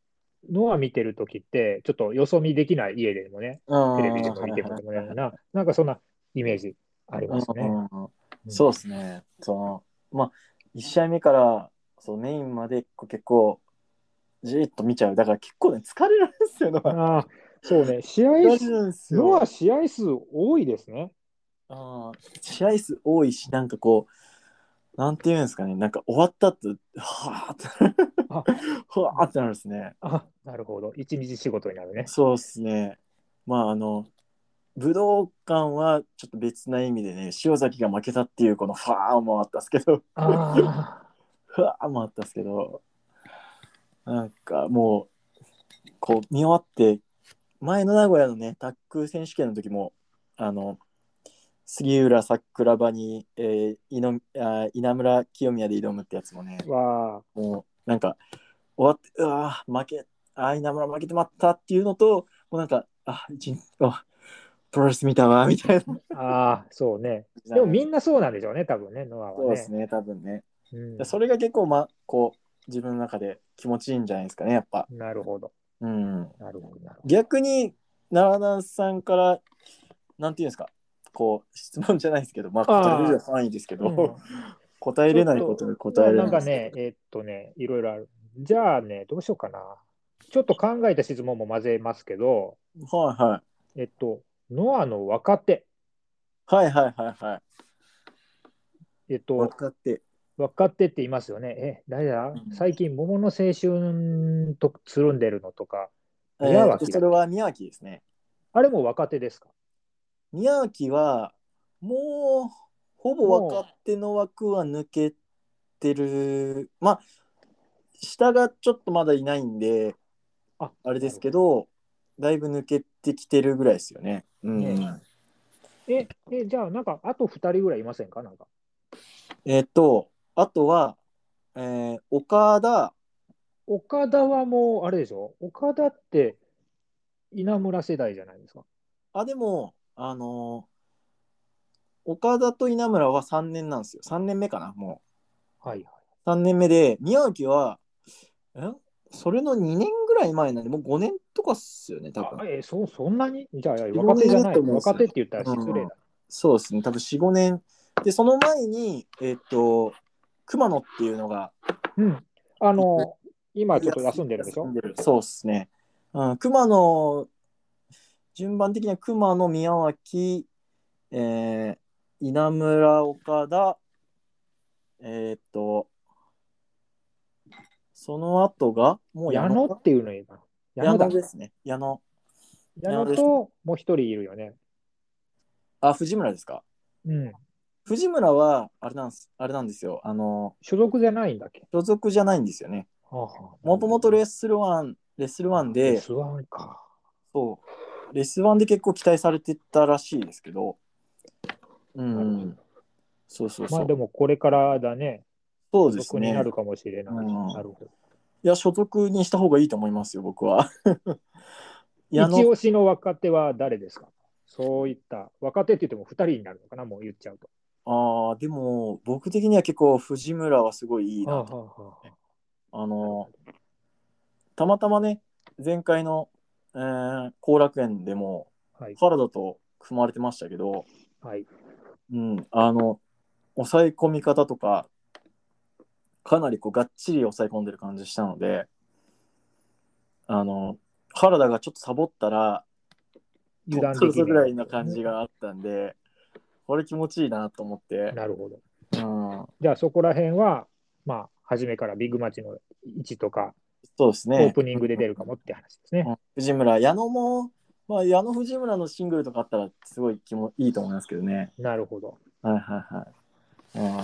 S2: ノア見てるときって、ちょっとよそ見できない家でもね、テレビでも見てもらもらえるな、なんかそんなイメージありますね。
S1: うんそうですね。そのまあ1試合目からそうメインまでこう結構じーっと見ちゃう。だから結構ね疲れるん ですよ。
S2: うん。ああ、そうね、試
S1: 疲
S2: 合
S1: れ
S2: 数、
S1: るんですよ。
S2: ノア試合数多いですね。
S1: うん試合数多いしなんかこうなんていうんですかねなんか終わった後はあ
S2: あ
S1: ってはあってなるんですね。
S2: あなるほど、一日仕事にな るね。
S1: そうですね。まああの武道館はちょっと別な意味でね塩崎が負けたっていうこのファーもあったんですけど。
S2: ああ、
S1: ふわーもあったんですけどなんかもうこう見終わって前の名古屋のねタック選手権の時もあの杉浦桜庭に、えー井のあー稲村清宮で挑むってやつもね
S2: わあ、
S1: もうなんか終わってうわー負けあー稲村負けてまったっていうのともうなんかあ一日あプロレス見たわみたいな。
S2: ああ、そうね。でもみんなそうなんでしょうね、多分ね、ノアはね。
S1: そうですね多分ね、
S2: うん
S1: それが結構まあこう自分の中で気持ちいいんじゃないですかねやっぱ
S2: なるほど、
S1: うん、
S2: なるほど、なるほど。
S1: 逆に奈良南さんからなんていうんですかこう質問じゃないですけどまあ
S2: あー
S1: 答えれる範囲ですけど、
S2: うん
S1: 答えれないことに答えれ
S2: な
S1: なんい
S2: かね、えーっとね、いろいろある。じゃあね、どうしようかな。ちょっと考えた質問も混ぜますけど、
S1: はいは
S2: えっと、ノアの若手、
S1: いはいはいはいはい
S2: えっ
S1: 分
S2: と、
S1: かって
S2: 若手って言いますよね。え、誰だ
S1: うん
S2: 最近、桃の青春とつるんでるのとか、
S1: えー
S2: 宮脇だっけ
S1: それは宮脇ですね
S2: あれも若手ですか
S1: 宮脇はもうほぼ若手の枠は抜けてるまあ下がちょっとまだいないんで
S2: あ
S1: あれですけどだいぶ抜けてきてるぐらいですよね。うん
S2: ねえ、え、じゃあ、なんか、あと2人ぐらいいませんかなんか。
S1: えっ、と、あとは、えー岡田、
S2: 岡田はもう、あれでしょ岡田って、稲村世代じゃないですか。
S1: あ、でも、あのー岡田と稲村は3年なんですよ。3年目かな、も
S2: はいは
S1: う。3年目で、宮脇は、えそれの2年ぐらい前なんで、もう5年とかっすよね、多
S2: い。あ
S1: 分。
S2: えー、そう、そんなにじゃあ、いや
S1: いろいろ
S2: 若手じゃない。
S1: いると思うんですよ
S2: 若手って言ったら失礼だ。
S1: そうですね、多分4、5年。で、その前に、えっ、と、熊野っていうのが、
S2: うん。あの、今ちょっと休んでるでし
S1: 休
S2: ょ
S1: んでるそうっすね。うん、熊野、順番的には熊野、宮脇、えー、稲村、岡田、えーっと、その後が、もう
S2: 矢野っていうのいいな。
S1: 矢
S2: 矢野
S1: 野
S2: だ。
S1: ですね。矢野。
S2: 矢野と、もう一人いるよね。
S1: あ、藤村ですか。
S2: うん。
S1: 藤村は、あれなんです、あれなんですよ。あの、
S2: 所属じゃないんだっけ
S1: 所属じゃないんですよね。もともとレッスルワン、レッスルワンで、
S2: スワンか。
S1: そう、レスワンで結構期待されてたらしいですけど、う
S2: なるほ
S1: ん、そうそうそう、
S2: まあでも、これからだね。
S1: そう
S2: 所
S1: です
S2: 属に
S1: ね
S2: な。るかもしれない。
S1: うん
S2: なるほど。
S1: いや、所属にした方がいいと思いますよ、僕 は。矢
S2: 一
S1: 野
S2: 押しの若手は誰ですかそういった、若手って言っても2人になるのかな、もう言っちゃうと。
S1: あーでも、僕的には結構、藤村はすごいいいなと。あの、たまたまね、前回の後、えー後楽園でも、
S2: はい。
S1: 原田と組まれてましたけど、
S2: はい。
S1: うん、あの、抑え込み方とか、かなりこうがっちり抑え込んでる感じしたので、あの、原田がちょっとサボったら、
S2: 油断
S1: ポ
S2: で
S1: ッ
S2: き
S1: トぐ
S2: な
S1: ら
S2: い。
S1: いな感じがあったんで、これ気持ちいいなと思って。
S2: なるほど。
S1: うん、
S2: じゃあそこら辺は、まあ、初めからビッグマッチの位置とか、
S1: そうです
S2: オ
S1: ね。
S2: ープニングで出るかもって話ですね。
S1: うん藤村、矢野も、まあ、矢野藤村のシングルとかあったら、すごい気もいいと思いますけどね。
S2: なるほど。
S1: はいはいはい。うん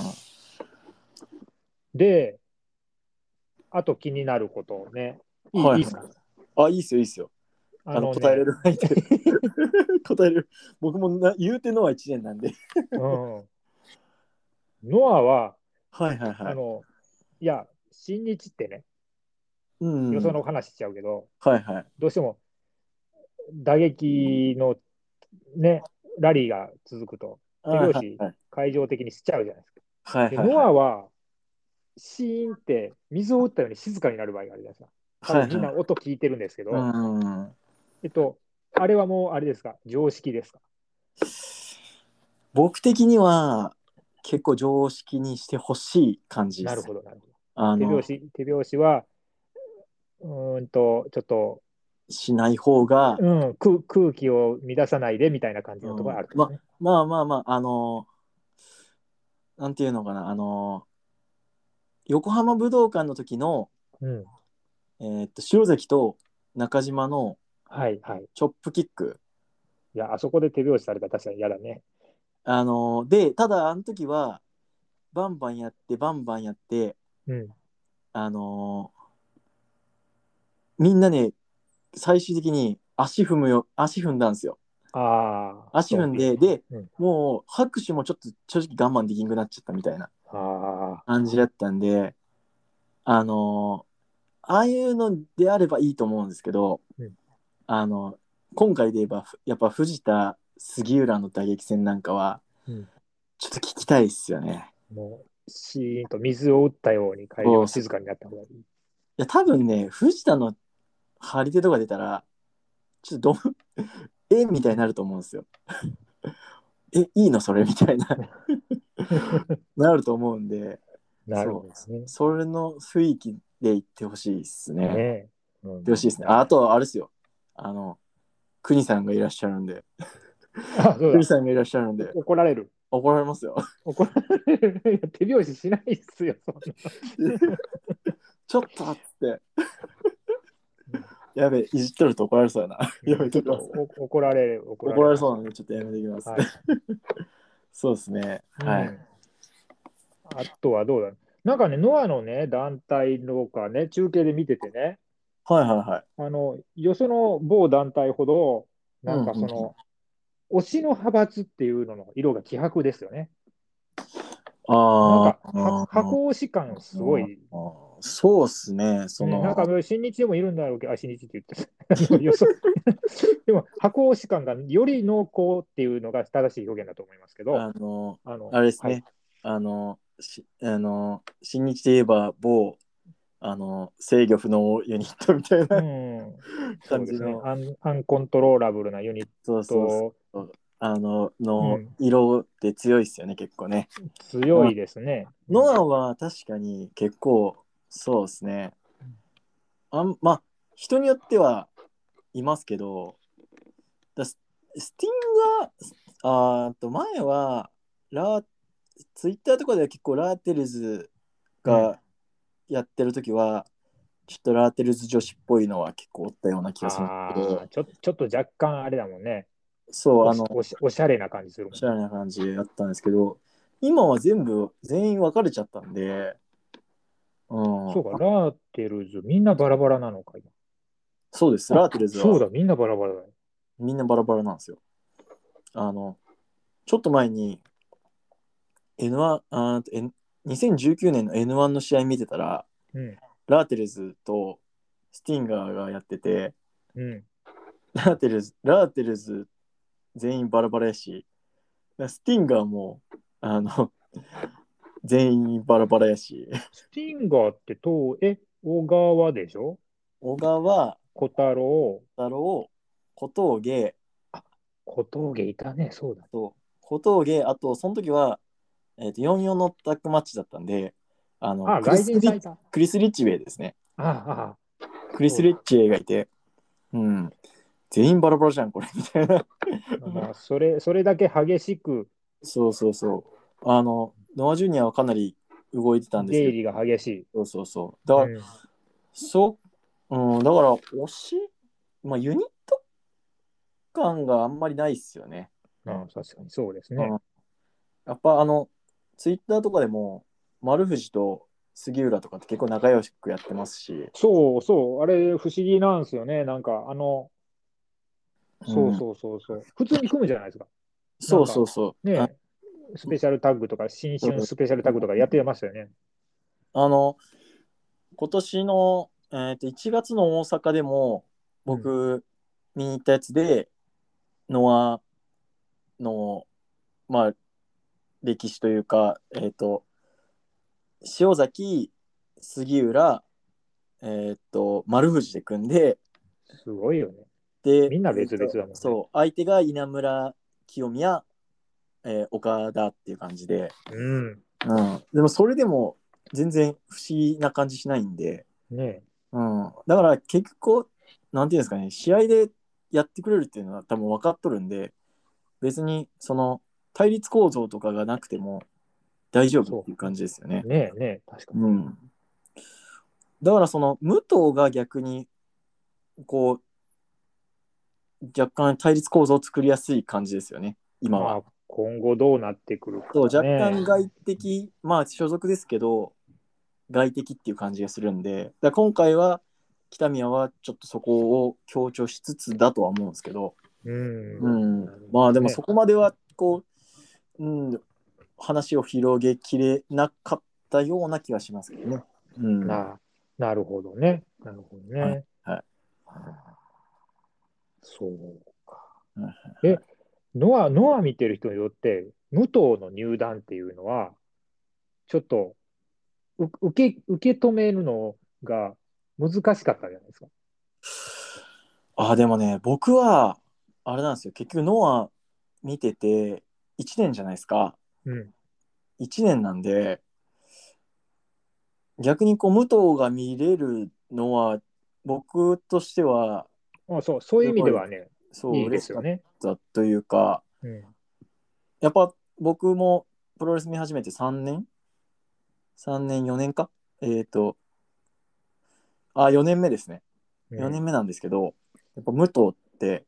S2: で、あと気になることをね、いい,、、
S1: はいはいい
S2: ですか
S1: あ、いいっすよ、いいっすよ。あの、
S2: ね
S1: 答えれる範 囲で。答えれる。僕もな言うてのは1年なんで。
S2: うん、ノアは、
S1: はいはい
S2: あ
S1: はい。
S2: の、いや、新日ってね、
S1: うん。
S2: よその話しちゃうけど、
S1: はいはい。
S2: どうしても打撃のね、ラリーが続くと、手拍子
S1: はい
S2: 会場的にしちゃうじゃないですか。
S1: はい
S2: で
S1: はい。
S2: ノアは、シーンって水を打ったように静かになる場合があるじゃないですか。
S1: は
S2: 多
S1: いは
S2: 分みんない音聞いてるんですけど、
S1: うん。
S2: えっと、あれはもうあれですか、常識ですか。
S1: 僕的には結構常識にしてほしい感じです。
S2: なるほど、なるほど。
S1: あ
S2: 手拍
S1: の
S2: 子、手拍子は、うーんと、ちょっと、
S1: しない方が、
S2: うん、空空気を乱さないでみたいな感じのところがあるんですね、
S1: まあまあまああのなんていうのかなあの横浜武道館の時の、
S2: うん。
S1: えーっと塩崎と中島の
S2: はいはい。
S1: チョップキック
S2: いや、あそこで手拍子されたら確かに嫌だね。
S1: あのでただあの時はバンバンやってバンバンやって
S2: うん。
S1: あのみんなね最終的に足踏むよ足踏んだんですよ。
S2: ああ。
S1: 足踏んで、
S2: そう
S1: で、
S2: うん
S1: もう拍手もちょっと正直我慢できなくなっちゃったみたいな
S2: あ
S1: 感じだったんで、あのーああいうのであればいいと思うんですけど、
S2: うん
S1: あの今回で言えば、ふやっぱ藤田、杉浦の打撃戦なんかは、
S2: うん
S1: ちょっと聞きたいっすよね。
S2: あ。もう、シーンと水を打ったように会場が静かになった方がいい。
S1: いや、多分ね、藤田の張り手とか出たら、ちょっとどう、え みたいになると思うんですよ。 え、いいのそれみた いな、なると思うんで。
S2: なるほどですね。
S1: それの雰囲気で言ってほしいですね。言っ
S2: ねえ。うん
S1: てほしいですね。ああとはあれですよ。あの、クニさんがいらっしゃるんで、
S2: あそ
S1: ク
S2: うだ
S1: ニさんがいらっしゃるんで、
S2: 怒られる。
S1: 怒られますよ。
S2: 怒られる。いや手拍子しないっすよ。そん
S1: ちょっとっつって。やべえ、いじっとると怒られそうやな。
S2: な
S1: やめときます。
S2: お怒られる。怒
S1: 怒られそう
S2: う
S1: なんで、ちょっとやめてきます。
S2: はい。
S1: そうですね。は
S2: はい
S1: い。。
S2: あとはどうだろうなんかね、ノアのね、団体のかね、中継で見ててね、
S1: はいはいはい。
S2: あの、よその某団体ほど、なんかそ
S1: うんうん
S2: の、推しの派閥っていうのの色が希薄ですよね。なん
S1: あ
S2: か、
S1: あ
S2: は箱推し感がすごい。ね
S1: あーそうっすね。その、
S2: な んか、新日でもいるんだろうけど、あ、新日って言ってたよそ でも、箱推し感がより濃厚っていうのが正しい表現だと思いますけど、
S1: あの、
S2: あの
S1: あれですね、
S2: はい
S1: あの、しあの新日で言えば某あの制御不能ユニットみたいな、
S2: うん、そう
S1: 感
S2: で
S1: じ
S2: すね
S1: の
S2: アン。アンコントローラブルなユニッ
S1: そうそうそう
S2: ト、
S1: あのの
S2: うん
S1: 色って強いですよね、結構ね。
S2: 強いですね。
S1: ノアは確かに結構そうですね。あんまあ人によってはいますけど、だススティンがあーっと前はラーツイッターとかでは結構ラーテルズがやってる時は、ちょっとラーテルズ女子っぽいのは結構おったような気がするんだ
S2: あ
S1: けど
S2: ーちょちょっと若干あれだもんね。
S1: そうあの
S2: おしおしおしゃれな感じするも
S1: お
S2: ん
S1: しゃれな感じでやったんですけど今は全部全員分かれちゃったんで、うん、
S2: そうか、ラーテルズ、みんなバラバラなのか、今。
S1: そうですラーテルズ
S2: あそう
S1: は
S2: だ、みんなバラバラだよ。
S1: みんなバラバラなんですよあのちょっと前に N1 あー、N、2019年の N1 の試合見てたら
S2: うん。
S1: ラーテルズとスティンガーがやってて
S2: うん、
S1: ラーテルズ、ラーテルズ全員バラバラやし、スティンガーも、あの、全員バラバラやし、
S2: スティンガーってと、え、小川でしょ
S1: 小川、
S2: 小太郎、
S1: 太郎、小峠、
S2: 小峠いたね、そうだ。
S1: と小峠、あと、その時は、えー、と44のタッグマッチだったんで、あの
S2: あ、
S1: クリ
S2: 外
S1: ス
S2: 人さん
S1: リ
S2: いた。あ
S1: クリス・リッチウェイですね。
S2: あ、
S1: クリス・リッチウェイがいて、うん。全員バラバラじゃん、これ、みたいな。
S2: まあ、それ、それだけ激しく、
S1: そうそうそう。あの、ノア・ジュニアはかなり動いてたんです
S2: 出入
S1: け
S2: りが激しい。
S1: ど、そうそうそう。だから、
S2: うん
S1: そう、うん、だから、推し、まあ、ユニット感があんまりないっすよね。
S2: ああ確かにそうですね
S1: う。んやっぱ、あの、ツイッターとかでも、丸藤と杉浦とかって結構仲良くやってますし、
S2: そうそう、あれ不思議なんですよね。なんか、あの、そうそうそうそう。普通に組むじゃないですか。
S1: そうそうそう。
S2: ねスペシャルタッグとか、新春スペシャルタッグとかやってましたよね。
S1: あの、今年の、えー、と1月の大阪でも、僕、見に行ったやつで、ノアの、まあ、歴史というか、えっ、と、塩崎、杉浦、えっ、と、丸藤で組んで、
S2: すごいよね。
S1: で、
S2: みんな別々だもんね
S1: そう、相手が稲村清宮、えー岡田っていう感じで、
S2: うん。
S1: うん、でもそれでも全然不思議な感じしないんで、
S2: ね
S1: うん、だから結構なんていうんですかね試合でやってくれるっていうのは多分分かっとるんで別にその対立構造とかがなくても大丈夫っていう感じですよね
S2: え、。ねえ、ねえ、確かに。
S1: うん、だからその武藤が逆にこう若干対立構造を作りやすい感じですよね今は
S2: ま。あ、今後どうなってくるか、ね。
S1: そう若干外的、まあ所属ですけど、外的っていう感じがするんで、だから今回は北宮はちょっとそこを強調しつつだとは思うんですけど、
S2: う
S1: うん
S2: ん。
S1: まあでも
S2: ね
S1: そこまではこう、うん、話を広げきれなかったような気がしますけどね。うん、は
S2: ななるほどね。なるほどね。
S1: はいはい
S2: そうか
S1: はいは。
S2: え、ノア、ノア見てる人によって、武藤の入団っていうのは、ちょっとう受け、受け止めるのが難しかったじゃないですか。
S1: あでもね、僕はあれなんですよ、結局ノア見てて1年じゃないですか。
S2: うん。
S1: 1年なんで逆にこう武藤が見れるのは僕としては
S2: あ、そう、そういう意味ではね、
S1: そう
S2: いいで
S1: 嬉し
S2: す
S1: か
S2: よ
S1: っ
S2: ね。
S1: たというか
S2: うん。
S1: やっぱ僕もプロレス見始めて3年3年4年かえっ、とあ4年目ですね
S2: うん
S1: 4年目なんですけど、やっぱ武藤って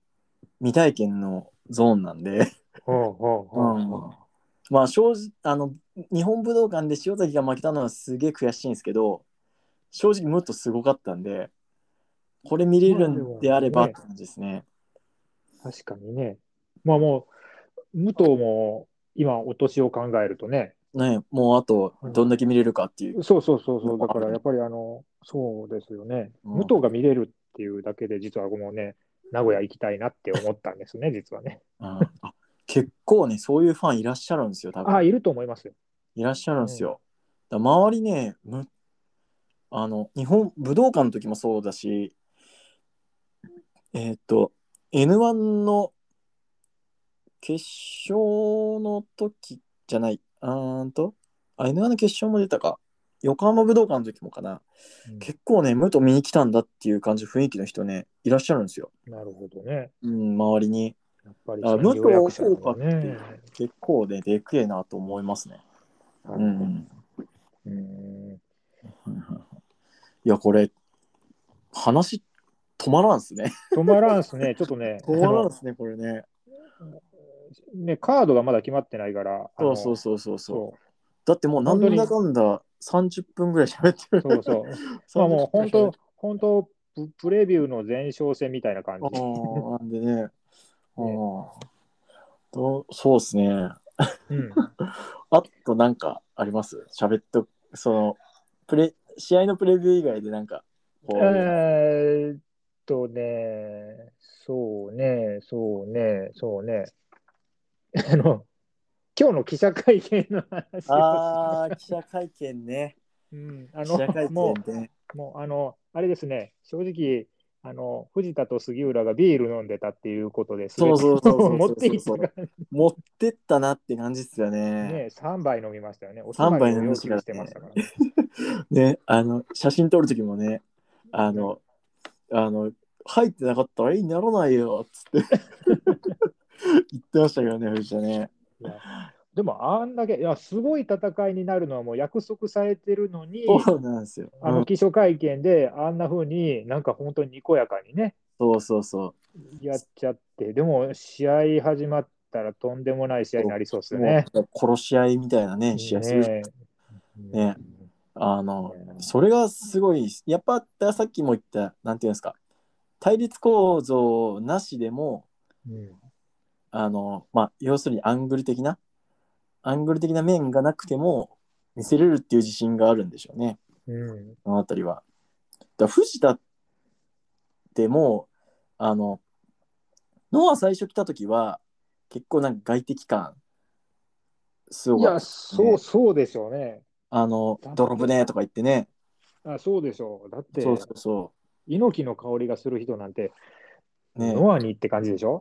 S1: 未体験のゾーンなんで
S2: ほうほうほうほう
S1: まあ正直あの日本武道館で塩崎が負けたのはすげえ悔しいんですけど正直ムッとすごかったんでこれ見れるんであればって感じですね。
S2: 確かにね。まあもう、武藤も今、お年を考えるとね、
S1: ねもうあとどんだけ見れるかっていう。
S2: そうそうそうそう、
S1: まあ
S2: だからやっぱりあの、そうですよね、
S1: うん
S2: 武藤が見れるっていうだけで、実は僕もね、名古屋行きたいなって思ったんですね、実はね。
S1: うんあ結構ねそういうファンいらっしゃるんですよ多
S2: ああ、
S1: 分。
S2: いると思いますよ。
S1: いらっしゃるんですよ。だから周りねむあの日本武道館の時もそうだしえーっ、と N1 の決勝の時じゃないあーんとあ N1 の決勝も出たか横浜武道館の時もかな結構ね武藤見に来たんだっていう感じの雰囲気の人ねいらっしゃるんですよ、
S2: なるほどね。
S1: うん、周りに
S2: やっぱり
S1: あ武藤
S2: 予約者
S1: 効果
S2: も
S1: っていう
S2: ね。
S1: 結構ねでくえなと思いますねうん
S2: うん
S1: いや、これ、話止まらんすね。
S2: 止まらんすね、ちょっと ね、
S1: 止まらんすね、これね。
S2: あのねカードがまだ決まってないから、あ
S1: そ
S2: の
S1: うそうそうそうそ。
S2: そう
S1: だってもう、なんだかんだ30分ぐらい喋って
S2: う
S1: る。
S2: そうそう。まあもう本当、本当、ププレビューの前哨戦みたいな感じ。
S1: 当。なんでね。うんとそうっすね。
S2: うん、
S1: あとなんかあります喋っと、その、プレ、試合のプレビュー以外でなんか、こう、
S2: えーっとね、そうね、そうね、そうね。 あの、今日の記者会見の話を、
S1: あー、記者会見ね。
S2: うん、あ
S1: 記者会
S2: の、も
S1: 見ね。
S2: う、もう、あの、あれですね、正直、あの、藤田と杉浦がビール飲んでたっていうことです
S1: そうそうそうそうそう
S2: 持っていったから
S1: 持ってったなって感じっすよ
S2: ね、3杯飲みましたよね。お
S1: 三杯
S2: つまみ
S1: 飲み
S2: を用
S1: ま
S2: 意
S1: し
S2: した
S1: からね
S2: てましたからね。
S1: ね、あの、写真撮るときもね、あの、あの、入ってなかったら絵にならないよっつって 言ってましたけどね、藤田ね。
S2: でもあんだけいやすごい戦いになるのはもう約束されてるのに
S1: そうなんですよ。
S2: あ
S1: う
S2: の
S1: ん
S2: 記者会見であんな風になんか本当ににこやかにね
S1: そうそうそ
S2: やっちゃってでも試合始まったらとんでもない試合になりそうです
S1: う。
S2: よね。
S1: もう殺し合いみたいなね、試合する。
S2: ね
S1: ねあの、
S2: ね
S1: それがすごい、やっぱさっきも言った、なんていうんですか、対立構造なしでも、
S2: うん
S1: あの、まあ、要するにアングル的な、アングル的な面がなくても見せれるっていう自信があるんでしょうね、
S2: うん
S1: この辺りは。だから藤田ってもう、あの、ノア最初来た時は、結構なんか外敵感、すご
S2: い
S1: か
S2: や
S1: った
S2: そうそうでしょうね。
S1: あの、泥船とか言ってね、
S2: あそうでしょう。だって
S1: そうそうそ
S2: 猪木の香りがする人なんて
S1: う。ね
S2: ノアにって感じでしょ。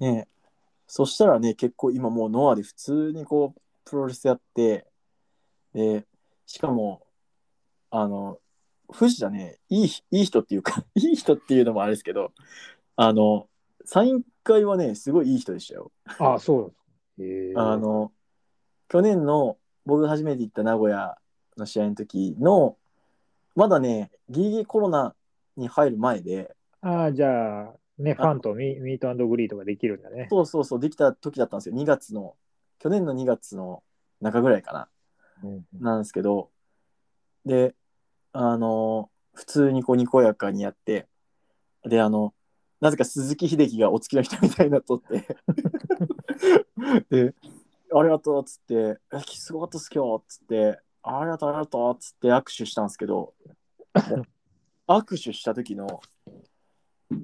S1: ねえそしたらね結構今もうノアで普通にこうプロレスやってでしかもあの藤田ねいいいい人っていうか いい人っていうのもあれですけどあのサイン会はねすごいいい人でしたよ。
S2: あそうです。へー
S1: あの去年の僕が初めて行った名古屋の試合の時のまだねギリギリコロナに入る前で
S2: あーじゃあねファンとミミートグリーとかできるんだね。
S1: そうそうそうできた時だったんですよ2月の去年の2月の中ぐらいかな。
S2: うん
S1: なんですけど、で、あの、普通にこうにこやかにやって、で、あの、なぜか鈴木秀樹がお付きの人みたいなの撮って、で、ありがとうっつって、え、すごかったっす今日っつって、ありがとうありがとうっつって握手したんですけど、握手した時の、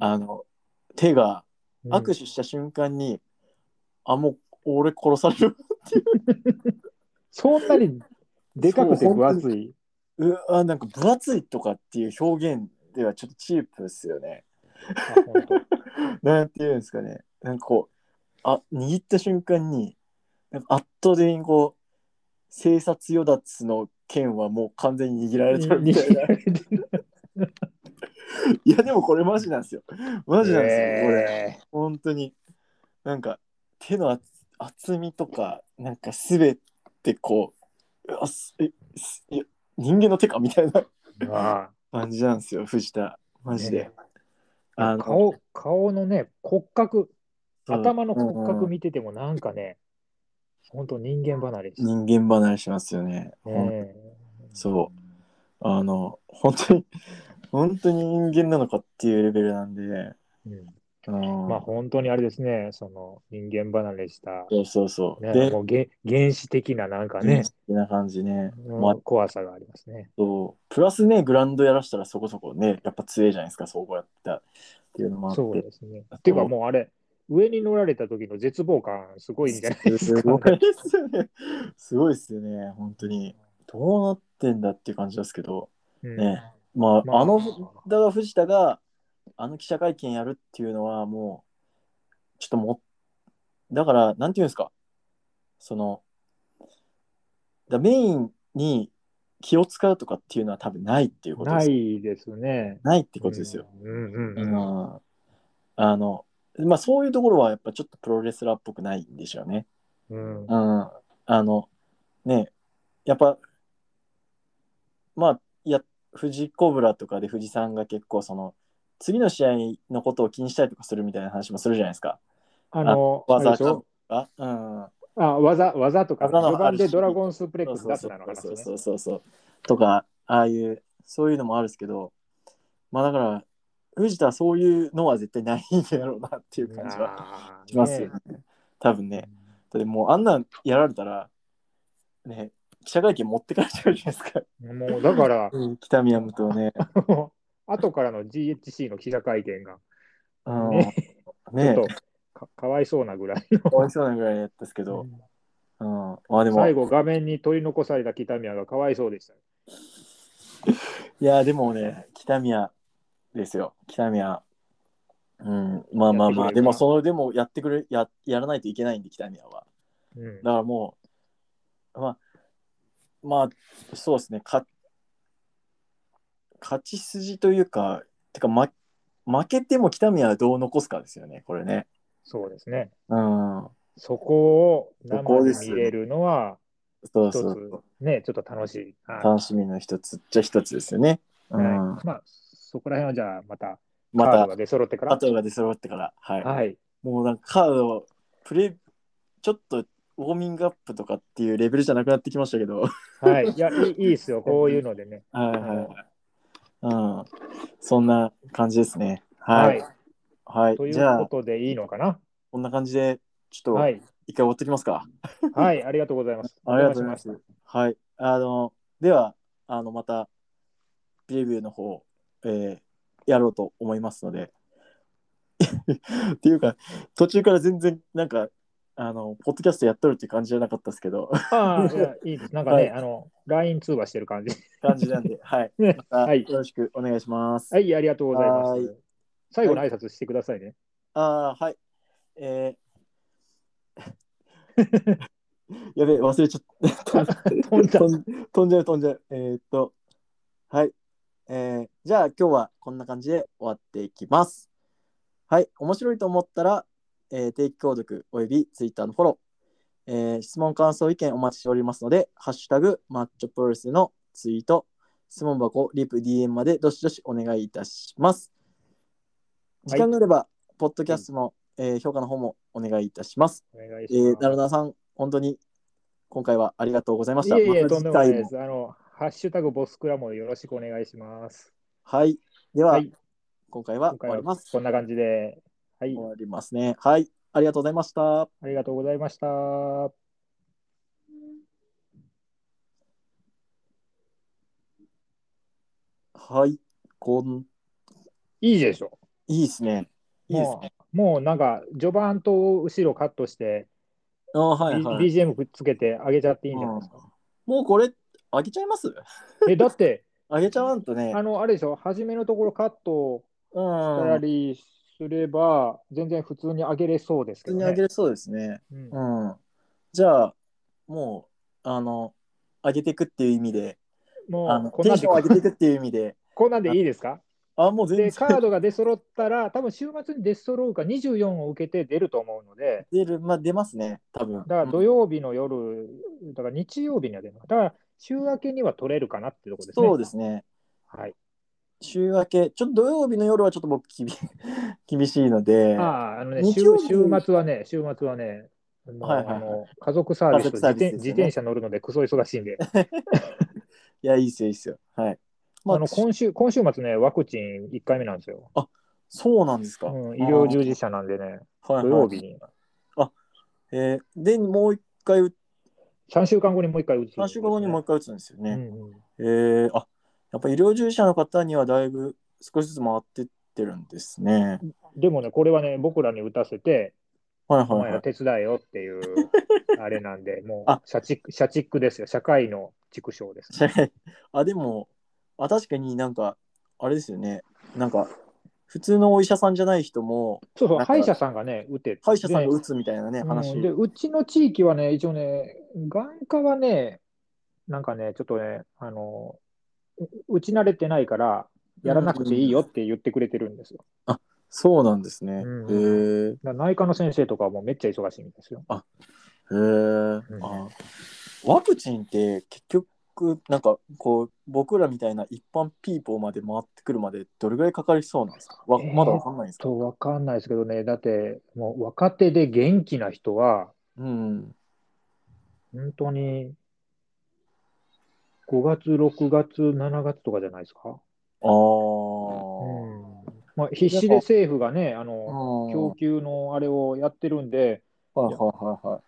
S1: あの、手が
S2: うん
S1: 握手した瞬間に、あ、もう俺殺される
S2: そんなにでかくて分厚い。
S1: うわなんか分厚いとかっていう表現ではちょっとチープですよね。
S2: あ本当
S1: なんていうんですかね。なんかこう、あ握った瞬間に、なんか圧倒的にこう、生殺与奪の剣はもう完全に握られてるみたいな。いや、でもこれマジなんですよ。マジなんですよ、これ。
S2: え
S1: 本当に。なんか、手の厚厚みとか、なんかすべてこう、うわすえすいや人間の手かみたいな
S2: ーま
S1: 感じなんですよ、藤田。マジで。
S2: ね
S1: あ
S2: あ、
S1: の
S2: 顔顔のね骨格
S1: そう
S2: 頭の骨
S1: うんう
S2: 格
S1: ん
S2: 見ててもなんかね、本当人間離れですね
S1: 人間離れしますよね。ほん
S2: え
S1: そうあの本当に 本当に人間なのかっていうレベルなんで、
S2: うん
S1: うん
S2: まあ本当にあれですね、その人間離れした、
S1: そうそうそう。
S2: ね、
S1: で、
S2: もうげ原始的ななんか
S1: ね
S2: ね、、
S1: な感じね。
S2: うん
S1: まあ
S2: 怖さがありますね。
S1: そうプラスねグラウンドやらしたらそこそこねやっぱ強いじゃないですかそうこうやってたっていうのもあって。
S2: そうですね。っていうかもうあれ、上に乗られた時の絶望感、すごいんじゃないです
S1: す
S2: か。
S1: ごいですよね。 すごいですよね。本当に。どうなってんだっていう感じですけど、
S2: うん
S1: ねまあ、
S2: まあ
S1: あのだから藤田があの記者会見やるっていうのはもうちょっともうだからなんていうんですかそのだメインに気を使うとかっていうのは多分ないっていうことで
S2: な
S1: す
S2: いですね。
S1: ないってことですよ、。
S2: うんうん
S1: う
S2: うんんうん。
S1: あのまあそういうところはやっぱちょっとプロレスラーっぽくないんでしょうね
S2: う
S1: う
S2: ん
S1: んあのねやっぱまあいや富士コブラとかで富士山が結構その次の試合のことを気にしたりとかするみたいな話もするじゃないですか。
S2: あの、あれ
S1: 技
S2: でしょ
S1: あうん、
S2: あ技技とか、
S1: 技の
S2: 序盤
S1: あ
S2: で
S1: るし
S2: ドラゴンスープレッ
S1: そう
S2: クス
S1: そう
S2: 出す
S1: そ
S2: なのかな。
S1: う
S2: そ
S1: そ
S2: れ
S1: うそうそうとかああいうそういうのもあるんですけどまあだから藤田はそういうのは絶対ないんやろうなっていう感じは
S2: あー
S1: しますよね。多分ね。だってもうあんなんやられたらね記者会見持ってかれちゃうじゃないですか。
S2: ねもうだから、
S1: 北宮武藤ね。
S2: 後からの GHC の記者会見が、
S1: うん、ね
S2: ねちょっ
S1: え
S2: とかかわいそうなぐらい
S1: かわいそうなぐらいやったですけど
S2: の、。
S1: うん、まあでも、
S2: 最
S1: い
S2: 後、画面に取り残された北宮がかわいそうでした。
S1: や、でもね、北宮ですよ、北宮。うん、まあまあま
S2: やっ
S1: あ、
S2: てくれるかな
S1: でも、その、でも、やってくれや、やらないといけないんで、北宮は。
S2: うん
S1: だからもう、まあ、まあ、そうですね、か勝ち筋というか、てか、ま、負けても北宮はどう残すかですよね、これね。
S2: そうですね。
S1: うん。
S2: そこを
S1: そこ
S2: 生
S1: で
S2: です見れるのは、
S1: そう
S2: 一
S1: そう
S2: つ
S1: そう。
S2: ね、ちょっと楽しい。はい
S1: 楽しみの一つっちゃ一つですよね。うん。
S2: はいまあ、そこら辺はじゃあ、また、
S1: ま
S2: カード
S1: た、
S2: が出揃ってから。
S1: バトルが出揃ってから。はい。
S2: はい。
S1: もうなんかカード、プレイ、ちょっとウォーミングアップとかっていうレベルじゃなくなってきましたけど。
S2: はい。いや、いいいいですよ。こういうのでね。
S1: はいはいはい。うん。そんな感じですね。はい。はい。
S2: とい
S1: じゃあ
S2: うこ、とでいいのかな。
S1: こんな感じで、ちょっ
S2: は
S1: と
S2: い。
S1: 一回終わってきますか。
S2: はい。ありがとうございます。
S1: ありがとうございま
S2: お
S1: す。はい。あの、では、あの、また、レビューの方、えーやろうと思いますので。っていうか、途中から全然、なんか、あの、ポッドキャストやっとるっていう感じじゃなかったですけど、
S2: 邪魔しました。ああ、いやいいです。なんかね、
S1: はい
S2: あの、LINE 通話してる感じ。
S1: 感じ なんで、はい。
S2: ね
S1: また
S2: はい
S1: よろしくお願いします。
S2: はい。ありがとうございま
S1: はい
S2: す。最後の挨拶してくださいね。
S1: ああ、はい。えー やべえ、忘れちゃった。
S2: 飛んだ
S1: 飛ん飛んじゃう、飛んじゃう。えーっと、はい。えーじゃあ今日はこんな感じで終わっていきます。はい。面白いと思ったら、えー定期購読および Twitter のフォロー、えー質問、感想、意見お待ちしておりますので、ハッシュタグ、マッチョプロレスのツイート、質問箱、リプ、DM までどしどしお願いいたします。時間があれば、ポッドキャストの、えー評価の方もお願いいたします。
S2: お願い
S1: え
S2: し
S1: ー、
S2: ま
S1: なるなさん、本当に今回はありがとうございまし
S2: す。
S1: た。
S2: いえいえ、
S1: また
S2: とん
S1: 次
S2: でもない
S1: 回
S2: で
S1: も。
S2: す。あの、ハッシュタグボスクラもよろしくお願いします。
S1: はい。では、
S2: はい
S1: 今回は
S2: 今
S1: 終
S2: 回
S1: わりま
S2: は
S1: す。
S2: こ
S1: 終
S2: んな感じで。はい。
S1: わりますね。はい。ありがとうございました。
S2: ありがとうございました。
S1: はい。こん、
S2: いいでしょ。
S1: いいですね。いいです
S2: も
S1: ね。
S2: う、もうなんか、序盤と後ろカットして、
S1: ああ、はいはい。
S2: B- BGM くっつけて上げちゃっていいんじゃないですか。
S1: もうこれ、あげちゃいます
S2: え、だって、
S1: あげちゃわんとね。
S2: あの、あれでしょ、初めのところカット
S1: う
S2: した
S1: ん。普
S2: りすれば、全然普通に上げれそうですけ
S1: 通
S2: ど
S1: に
S2: ね。
S1: あげれそうですね。
S2: うん
S1: うん。じゃあ、もう、あの、あげていくっていう意味で、あ
S2: も
S1: の
S2: うこん
S1: テ
S2: な
S1: ン
S2: ん
S1: シ
S2: で
S1: ョンを上げていくっていう意味で、
S2: こんなんでいいですか
S1: あ、もう全
S2: で、
S1: 然
S2: カードが出揃ったら、多分週末に出揃うか24を受けて出ると思うので、
S1: 出る、まあ出ますね、多分。
S2: だから土曜日の夜、だから日曜日には出るのかだから週明けには取れるかなっていうところですね。
S1: そうですね。
S2: はい。
S1: 週明け、ちょっと土曜日の夜はちょっと僕厳 厳しいので、
S2: ああ、あのね、週
S1: 日曜日
S2: 週末はね、週末はね、もう
S1: はいはいはい
S2: あの家族サービス
S1: 家族サービスですよね
S2: 自転、自転車乗るのでクソ忙しいんで、
S1: いや、いいっすよ、いいっすよ。はい。まあ、
S2: あの今週今週末ね、ワクチン1回目なんですよ。
S1: そうなんですか。
S2: うん、医療従事者なんでね、
S1: あーはい
S2: 土
S1: はい
S2: 曜日に。
S1: えーで、もう一回打、
S2: 3週間後にもう1回打つ、
S1: 3週間後にもう一回打つんですよ
S2: う
S1: ね。
S2: んうん
S1: えーあやっぱ医療従事者の方にはだいぶ少しずつ回ってってるんですね。
S2: でもね、これはね、僕らに打たせて、
S1: はいは
S2: お
S1: い
S2: 前
S1: は
S2: ら
S1: い。
S2: 手伝えよって いう、あれなんで、も
S1: あ
S2: う社畜、社畜ですよ、社会の畜生です。
S1: あ、でも、あ、確かになんか、あれですよね。なんか、普通のお医者さんじゃない人も、
S2: そうそう、
S1: なんか
S2: 歯医者さんがね、打てって
S1: 歯医者さんが打つみたいなね、話。
S2: うんでうちの地域はね、一応ね、眼科はね、なんかね、ちょっとね、あのう打ち慣れてないから、やらなくていいよって言ってくれてるんですよ。
S1: そうなんですね。
S2: う
S1: へえ。
S2: だから内科の先生とかはもうめっちゃ忙しいんですよ。
S1: へえ、
S2: ん
S1: あワクチンって結局なんかこう僕らみたいな一般ピーポーまで回ってくるまでどれぐらいかかりそうなんですかわ
S2: えー
S1: まだわかんないんですか、
S2: とわかんないですけどね、だってもう若手で元気な人は、
S1: うん
S2: 本当に5月、6月、7月とかじゃないですか。
S1: あー
S2: うんまあ、必死で政府がね、あ
S1: あ
S2: の
S1: ー
S2: 供給のあれをやってるんで、
S1: はいはいはいはい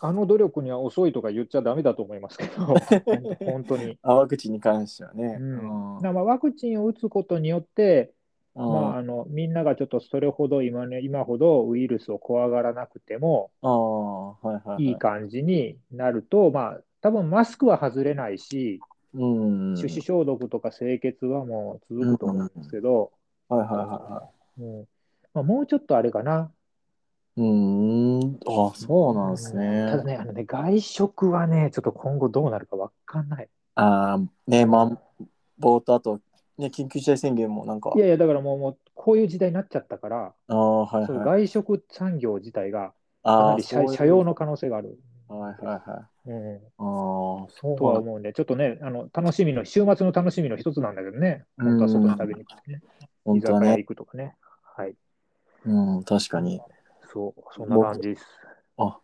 S2: あの努力には遅いとか言っちゃダメだと思いますけど、 本当に。
S1: あワクチンに関してはね、
S2: うん、
S1: う
S2: だ
S1: ん
S2: からまあワクチンを打つことによって、
S1: う
S2: ま
S1: ん
S2: あ、あのみんながちょっとそれほど今,、ね、今ほどウイルスを怖がらなくても
S1: あーはいはいはい
S2: いい感じになると、まあ多分マスクは外れないし、
S1: うん
S2: 手指消毒とか清潔はもう続くと思うんですけど、
S1: はいはいはいはい
S2: うんまあ、もうちょっとあれかな。
S1: うーんあそうなんですね、
S2: ただねあのね、外食はね、ちょっと今後どうなるかわかんない。
S1: あーねまん防とあとね緊急事態宣言もなんか
S2: いやいや、だからもうもうこういう時代になっちゃったから、
S1: ああ、はい
S2: そういう
S1: はい。
S2: 外食産業自体がか
S1: あ
S2: な
S1: あ、
S2: り
S1: そう
S2: 社
S1: いう
S2: 社用。の可能性がある、
S1: はいはいはい。あ
S2: うん、
S1: あ、そう
S2: とは
S1: なんだ
S2: 思うんで、ちょっとね、あの楽しみの、週末の楽しみの一つなんだけどね、本当は外に食べに行く、ね、
S1: 本
S2: 居酒
S1: 当は
S2: 屋
S1: ね。
S2: 行くとかね、はい、
S1: うん、確かに。
S2: そう、そんな感じです。
S1: あ、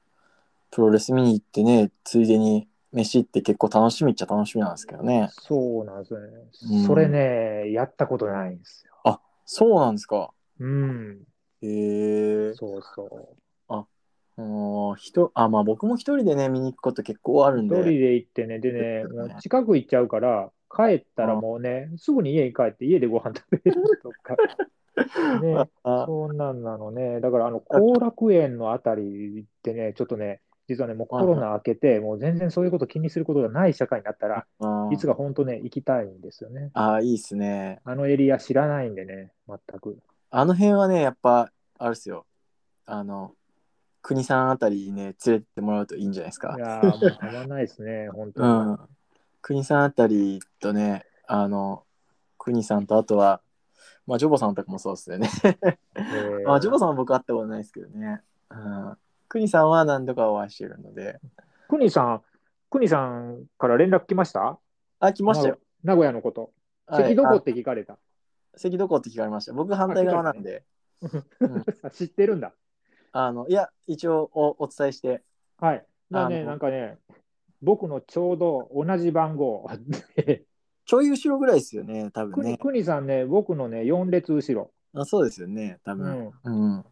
S1: プロレス見に行ってね、ついでに飯って結構楽しみっちゃ楽しみなんですけどね。
S2: そうなんですよね、
S1: うん
S2: それね、やったことないんですよ。
S1: そうなんですか。
S2: うん、
S1: へえ。
S2: そうそう。
S1: うん、人、あ、まあ僕も一人でね、見に行くこと結構あるん
S2: 一
S1: で。
S2: 人で行ってね、でね、
S1: そう
S2: も
S1: だ
S2: う
S1: ね
S2: 近く行っちゃうから、帰ったらもうね、すぐに家に帰って、家でご飯食べると か、ね、
S1: あ
S2: そんなんなのね、だから、あの後楽園のあたり行ってね、ちょっとね、実はね、もうコロナ明けて、もう全然そういうこと気にすることがない社会になったら、
S1: あ
S2: いつが本当ね、行きたいんですよね。
S1: ああ、いいっすね。
S2: あのエリア知らないんでね、全く。
S1: あの辺はね、やっぱ、あれですよ。あの、国さんあたりにね、連れてってもらうといいんじゃないですか
S2: い。やー、もうたまんないですね、本当
S1: う
S2: に。
S1: ん。国さんあたりとね、あの、国さんとあとは、まあ、ジョボさんとかもそうですよね。
S2: え ー
S1: まあ、ジョボさんは僕会ったことないですけどね。うん。国さんは何度かお会いしてるので。
S2: くにさん、くにさんから連絡来ました
S1: あ、来ましたよ。
S2: 名古屋のこと。
S1: はい
S2: 席どこって聞かれた。
S1: あ席どこって聞かれました。僕反対側なんで、
S2: 知ってるんだ。
S1: あの、いや、一応おお伝えして、
S2: はい。まあ
S1: あ
S2: ね、
S1: の
S2: なんかね、僕のちょうど同じ番号。で
S1: 共有しろぐらいですよね、多
S2: く
S1: 分
S2: に
S1: ね。
S2: くにさんね、僕のね、4列後ろ。
S1: あそうですよね、多
S2: う
S1: 分。
S2: ん。
S1: うん。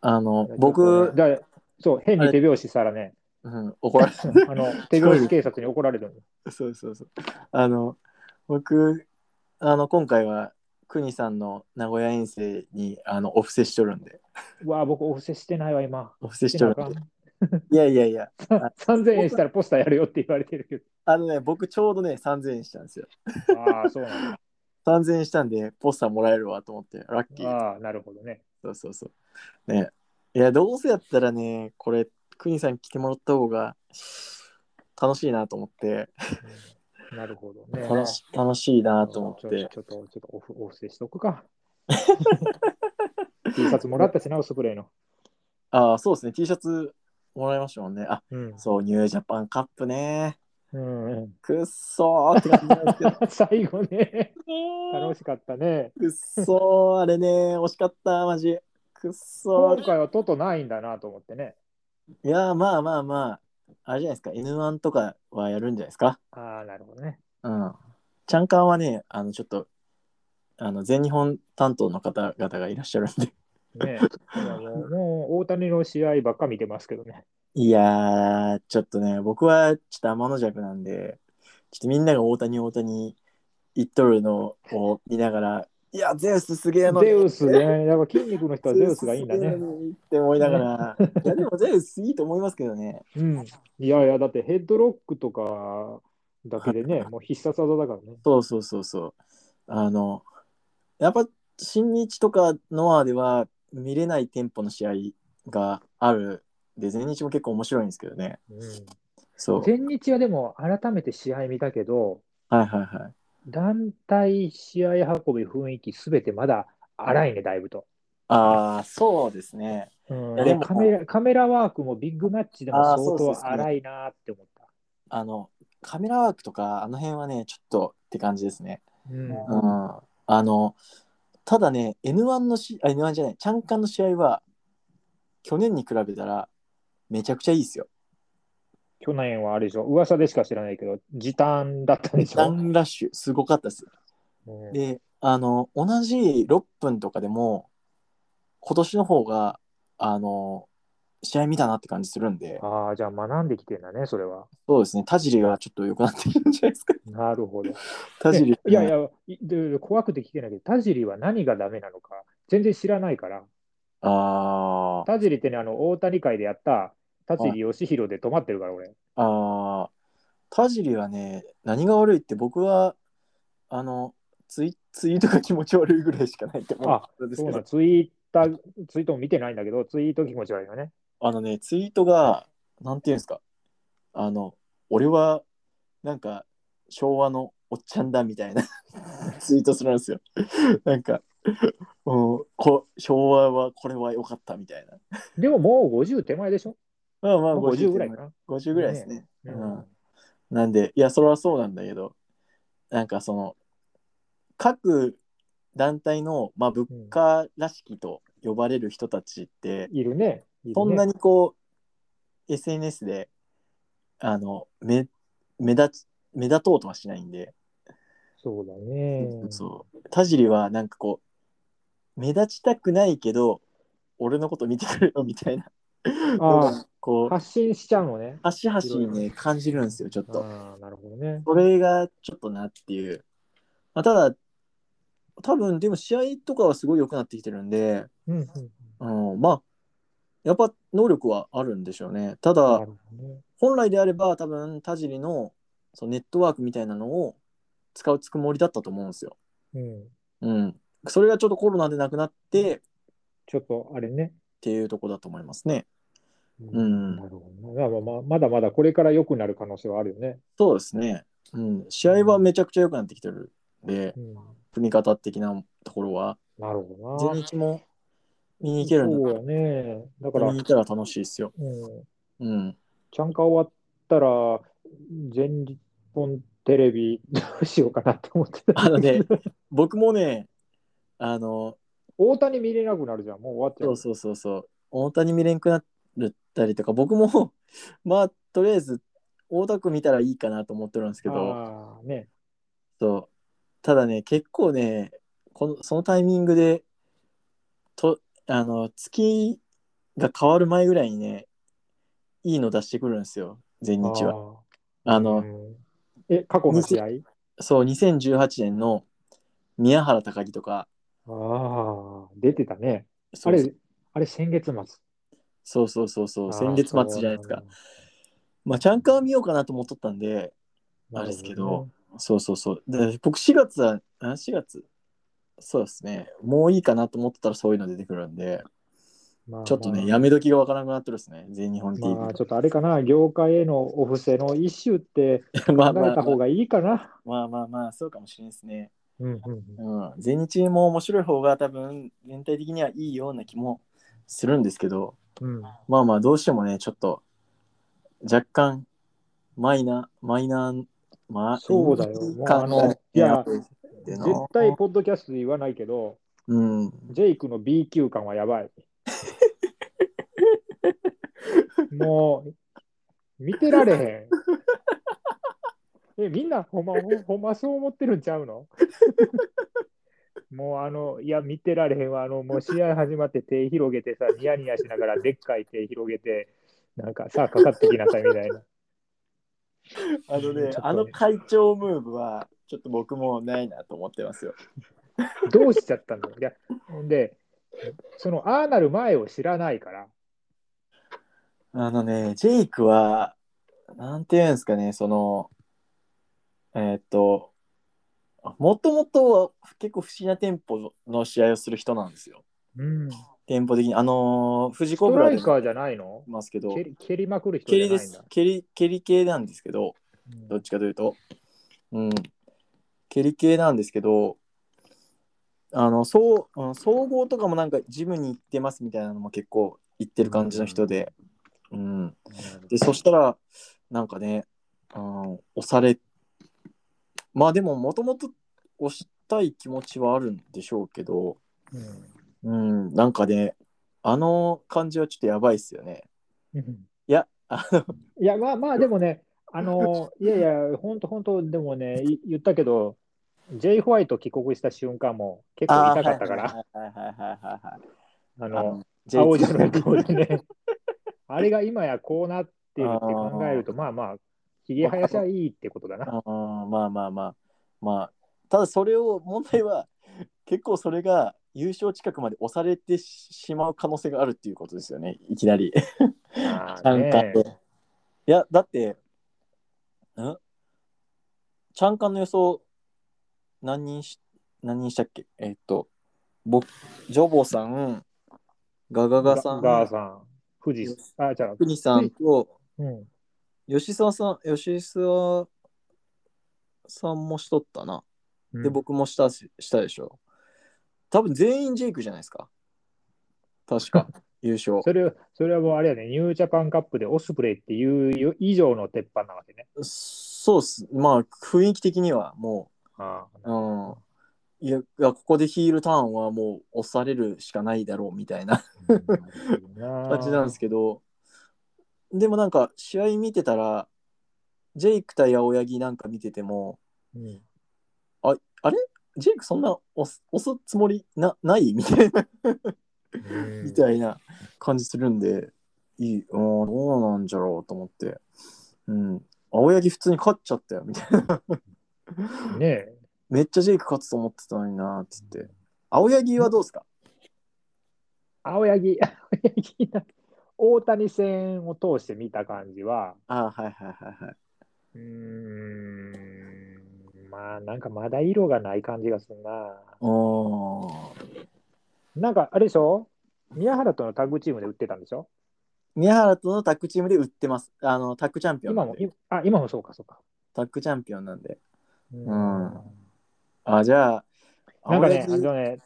S1: あの、
S2: ちょ
S1: 僕
S2: っ、とねだそう、変に手拍子したらね、
S1: うん、怒られ
S2: あの 手拍子警察に怒られるの。
S1: そうそうそう。あの、僕、あの、今回は、国さんの名古屋遠征に、あの、お布施しとるんで、
S2: うわあ、僕、お布施してないわ、今。
S1: お布施し
S2: して
S1: と
S2: な
S1: る
S2: あ
S1: んで
S2: かん、
S1: いやいやいや、
S2: 3000円したらポスターやるよって言われてるけ
S1: あのね、僕、ちょうどね、3000円したんですよ。
S2: ど。ああ、そうなんだ。
S1: 3000円したんで、ポスターもらえるわと思って、ラッキー。
S2: ああ、なるほどね。
S1: そうそうそう。ね。いや、どうせやったらね、これ、国さんに来てもらった方が、楽しいなと思って、
S2: うんなるほどね。
S1: 楽し楽しいなと思っ
S2: ちょ
S1: て。
S2: ちょっと、ちょっとオフ、オフしてしとくか。T シャツもらったしな、オスプレイの。
S1: ああ、そうですね、T シャツもらいましたもんね。あ、
S2: うん。
S1: そう、ニュージャパンカップね。
S2: うんうん、
S1: くっそーって感じなんですけど
S2: 最後ね、
S1: ね
S2: 楽しかったね。
S1: ー。くっそー、あれねー、惜しかった、マジ。くっ そ
S2: 今
S1: ー。
S2: 回はトトないんだなと思ってね。
S1: いやー、まあまあまあ、あれじゃないですか、N1 とかはやるんじゃないですか。
S2: ああ、なるほどね。
S1: うん。チャンカンはね、あの、ちょっと、あの、全日本担当の方々がいらっしゃるんで。
S2: ねいやもうもう大谷の試合ばっか見てますけどね。
S1: いやー、ちょっとね、僕はちょっと天の弱なんで、ちょっとみんなが大谷大谷言っとるのを見ながら、いや、ゼウスすげえのに
S2: ゼウスね、やっぱ筋肉の人はゼウスがいいんだ
S1: ゼウ
S2: ね
S1: スす。げえのにって思いながら、いやでもゼウスいいと思いますけどね。
S2: うん、いやいや、だってヘッドロックとかだけでね、もう必殺技だからね。
S1: そうそうそうそう。あの、やっぱ新日とかノアでは見れないテンポの試合があるで、全日も結構面白いんですけどね。
S2: うん
S1: そう。
S2: 全日はでも改めて試合見たけど、
S1: はいはいはい。
S2: 団体試合運び雰囲気すべてまだ荒いね、だいぶと。
S1: ああ、そうですね。
S2: うん、
S1: いやで
S2: で
S1: も
S2: カメラカメラワークもビッグマッチでも
S1: あー
S2: 相
S1: そうそうそう
S2: 当荒いなーって思った。
S1: あの、カメラワークとか、あの辺はね、ちょっとって感じですね。
S2: うん
S1: うん。あの、ただね、N1 のし、あ、N1 じゃない、チャンカンの試合は、去年に比べたら、めちゃくちゃいいですよ。
S2: 去年はあれでしょ、噂でしか知らないけど、時短だったでし
S1: ダ
S2: ょ。
S1: ンラッシュ、すごかったです。
S2: うん
S1: で、あの、同じ6分とかでも、今年の方が、あの、試合見たなって感じするんで、
S2: ああ、じゃあ学んできてんだね、それは。
S1: そうですね、田尻がちょっと良くなってるんじゃないですか。
S2: なるほど。
S1: 田尻、
S2: いやいや、いで怖くて聞けないけど、田尻は何がダメなのか、全然知らないから、
S1: あー
S2: 田尻ってね、あの大谷会でやった田尻義弘で止まってるから、俺。
S1: あー、田尻はね、何が悪いって、僕は、あの、ツイツイートが気持ち悪いぐらいしかないって思うんです
S2: そ
S1: け
S2: うなの
S1: ど、
S2: ツイッター、ツイートも見てないんだけど、ツイート気持ち悪いよね。
S1: あのね、ツイートが、なんていうんですか、あの、俺は、なん か、昭和のおっちゃんだみたいなツイートするんですよ。なんか、もうこ昭和はこれは良かったみたいな。
S2: でももう50手前でしょ
S1: まあまあ
S2: もう50
S1: 50
S2: ぐ
S1: ぐ
S2: ら
S1: らい
S2: い。か
S1: 50ぐらいですね。
S2: な。
S1: う
S2: うん
S1: んなんで、いや、それはそうなんだけど、なんかその、各団体の、まあ、物価らしきと呼ばれる人たちって、
S2: いるね。いるね
S1: そんなにこう、SNS で、あの、目、目立ち、目立とうとはしないんで、
S2: そうだね。
S1: そう。田尻はなんかこう、目立ちたくないけど、俺のこと見てくれよみたいな、
S2: ああ、
S1: こう、
S2: 発信しちゃうのね。
S1: 端々にね、感じるんですよ、ちょっと。
S2: ああ、なるほどね。
S1: それがちょっとなっていう。まあ、ただ、多分でも試合とかはすごい良くなってきてるんで、
S2: うんうん。
S1: うん、まあ、やっぱ能力はあるんでしょうね。ただ
S2: な、るほどね。
S1: 本来であれば多分田尻のそのネットワークみたいなのを使うつもりだったと思うんですよ。
S2: うん。
S1: うん。それがちょっとコロナでなくなってっ
S2: ちょっとあれね。
S1: ていうとこだと思いますね。
S2: う
S1: うん
S2: なるほどねだからまあ。まだまだこれから良くなる可能性はあるよね。
S1: そうですね。うん。試合はめちゃくちゃ良くなってきてるんで、
S2: うん、
S1: 組み方的なところは、
S2: なるほど
S1: 全
S2: な。
S1: 日も見に行けるんだったら
S2: そうだね。だか
S1: 見
S2: ら、う
S1: に行
S2: ん、
S1: ったら楽しいですよ。うん。
S2: ちゃんか終わったら、全日本テレビどうしようかなって思ってた
S1: あの ね、僕もね、あの、
S2: 大谷見れなくなるじゃん。もう終わっちゃ。
S1: そううそうそうそう、大谷見れんくなったりとか、僕も、まあ、とりあえず、大田区見たらいいかなと思ってるんですけど、
S2: ああ、ね。
S1: そうただね、結構ね、このそのタイミングで、とあの月が変わる前ぐらいにね、いいの出してくるんですよ、全日は。
S2: あー
S1: あの、
S2: うんえ、過去の試合
S1: そう、2018年の宮原高木とか、
S2: ああ、出てたね。
S1: そ
S2: あ
S1: う
S2: れ、あれ先月末。
S1: そうそうそうそう、先月末じゃないです
S2: あ
S1: か
S2: ー。。
S1: まあ、チャンカー見ようかなと思っとったんで、
S2: そ
S1: あ
S2: う
S1: れですけど。そうそうそう。で僕、4月は、あ4月そうですね。もういいかなと思ってたらそういうの出てくるんで、
S2: まあ
S1: ちょっとね、
S2: まあ
S1: やめ時がわからなくなってるですね、全日本 TV
S2: まあ、ちょっとあれかな、業界へのお布施の一種って
S1: と。まあ
S2: 離
S1: ま
S2: れ
S1: あま
S2: た
S1: あ
S2: 方、がいいかな。
S1: まあまあまあ、そうかもしれないですね。
S2: うんうんうん
S1: うん。全日も面白い方が多分、全体的にはいいような気もするんですけど、
S2: うん
S1: まあまあ、どうしてもね、ちょっと、若干、マイナー、マイナー、まあ、
S2: そうだよもうあの
S1: 感が
S2: いや
S1: で
S2: 絶
S1: な
S2: 対、ポッドキャストで言わないけど、
S1: うん、
S2: ジェイクの B 級感はや ばい。もう、見てられへん。え、みんなほんま、ほほんまそう思ってるんちゃうのもうあの、いや、見てられへんわ。あの、もう試合始まって手広げてさ、ニヤニヤしながらでっかい手広げて、なんかさあ、かかってきなさいみたいな。
S1: あの
S2: ちょっ
S1: ね
S2: とね
S1: あの会長ムーブはちょっと僕もないなと思ってますよ。
S2: どうしちゃったのいや、ほんで、その、ああなる前を知らないから、
S1: あのねジェイクはなんていうんですかねそのえーっともともとは結構不思議なテンポの試合をする人なんですよ。
S2: うん、
S1: テンポ的にあのー藤
S2: スト
S1: 子ブラ
S2: ラ
S1: で
S2: イ
S1: も
S2: カ
S1: 言
S2: ーじゃないの
S1: いますけど
S2: 蹴り蹴りまくる人
S1: 蹴り
S2: じゃな
S1: で
S2: いん
S1: す
S2: だ。
S1: 蹴り蹴り系なんですけど
S2: うん
S1: どっちかというと、うん、蹴り系なんですけど、あの、そう、うん総合とかもなんかジムに行ってますみたいなのも結構行ってる感じの人で、うん。で、そしたら、なんかね、うん、押され、まあでも、もともと押したい気持ちはあるんでしょうけど、
S2: うん
S1: うん、なんかね、あの感じはちょっとやばいっすよね。
S2: うん
S1: いや、あの、
S2: いや、まあまあ、でもね、あの、 いやいや、本当本当でもね、い言ったけど、J. ホワイト帰国した瞬間も結構痛かったから、
S1: あー。はいはいはいはいはいはいはい。
S2: あ
S1: あ
S2: の、
S1: J2
S2: 青じゃない顔でね、 あれが今やこうなってるって考えると、まあまあ、ひげ生やしはいいってことだな。
S1: あーまあまあまあまあただそれを問題は結構それが優勝近くまで押されてししまう可能性があるっていうことですよねいきなり
S2: あー
S1: 三
S2: ね
S1: 冠でいやだってんチャンカンの予想何人し何人したっけえっと僕ジョボさんガガガさん
S2: ガーさん、富士、あ、じゃあ、
S1: 国さんと
S2: うん、
S1: 吉沢さん吉沢さんもしとったな
S2: うん
S1: で僕もしたししたでしょ多分全員ジェイクじゃないですか。確 か、優勝。
S2: それそれはもうあれやね、ニュージャパンカップでオスプレイっていう以上の鉄板なわけね。
S1: そうっす。まあ、雰囲気的にはも
S2: あ
S1: う、うん。いや、いやここでヒールターンはもう押されるしかないだろうみたいな感じなんです
S2: け
S1: けど、でもなんか、試合見てたら、ジェイク対青柳なんか見てても、
S2: ど。うん
S1: ジェイクそんな押す押すつもりなないみたいな、みたいな感じするんで、いい、うん、どうなんじゃろうと思って、うん、青柳普通に勝っちゃったよみたいな。
S2: ねえ
S1: めっちゃジェイク勝つと思ってたのになーっつって。青柳はどうですか
S2: 青柳、青柳だ大谷戦を通して見た感じは、
S1: ああ、はいはいはいはい。
S2: うーん、まあなんかまだ色がない感じがするな。
S1: おー
S2: なんかあれでしょ宮原とのタッグチームで打ってたんでしょ
S1: 宮原とのタッグチームで売ってます。あの、タッグチャンピオンな
S2: 今
S1: ん
S2: も
S1: で。
S2: 今あ、今もそうか、そうか。
S1: タッグチャンピオンなんで。
S2: うん
S1: あ、じゃあ、
S2: なんかね、あ
S1: 青柳
S2: のね、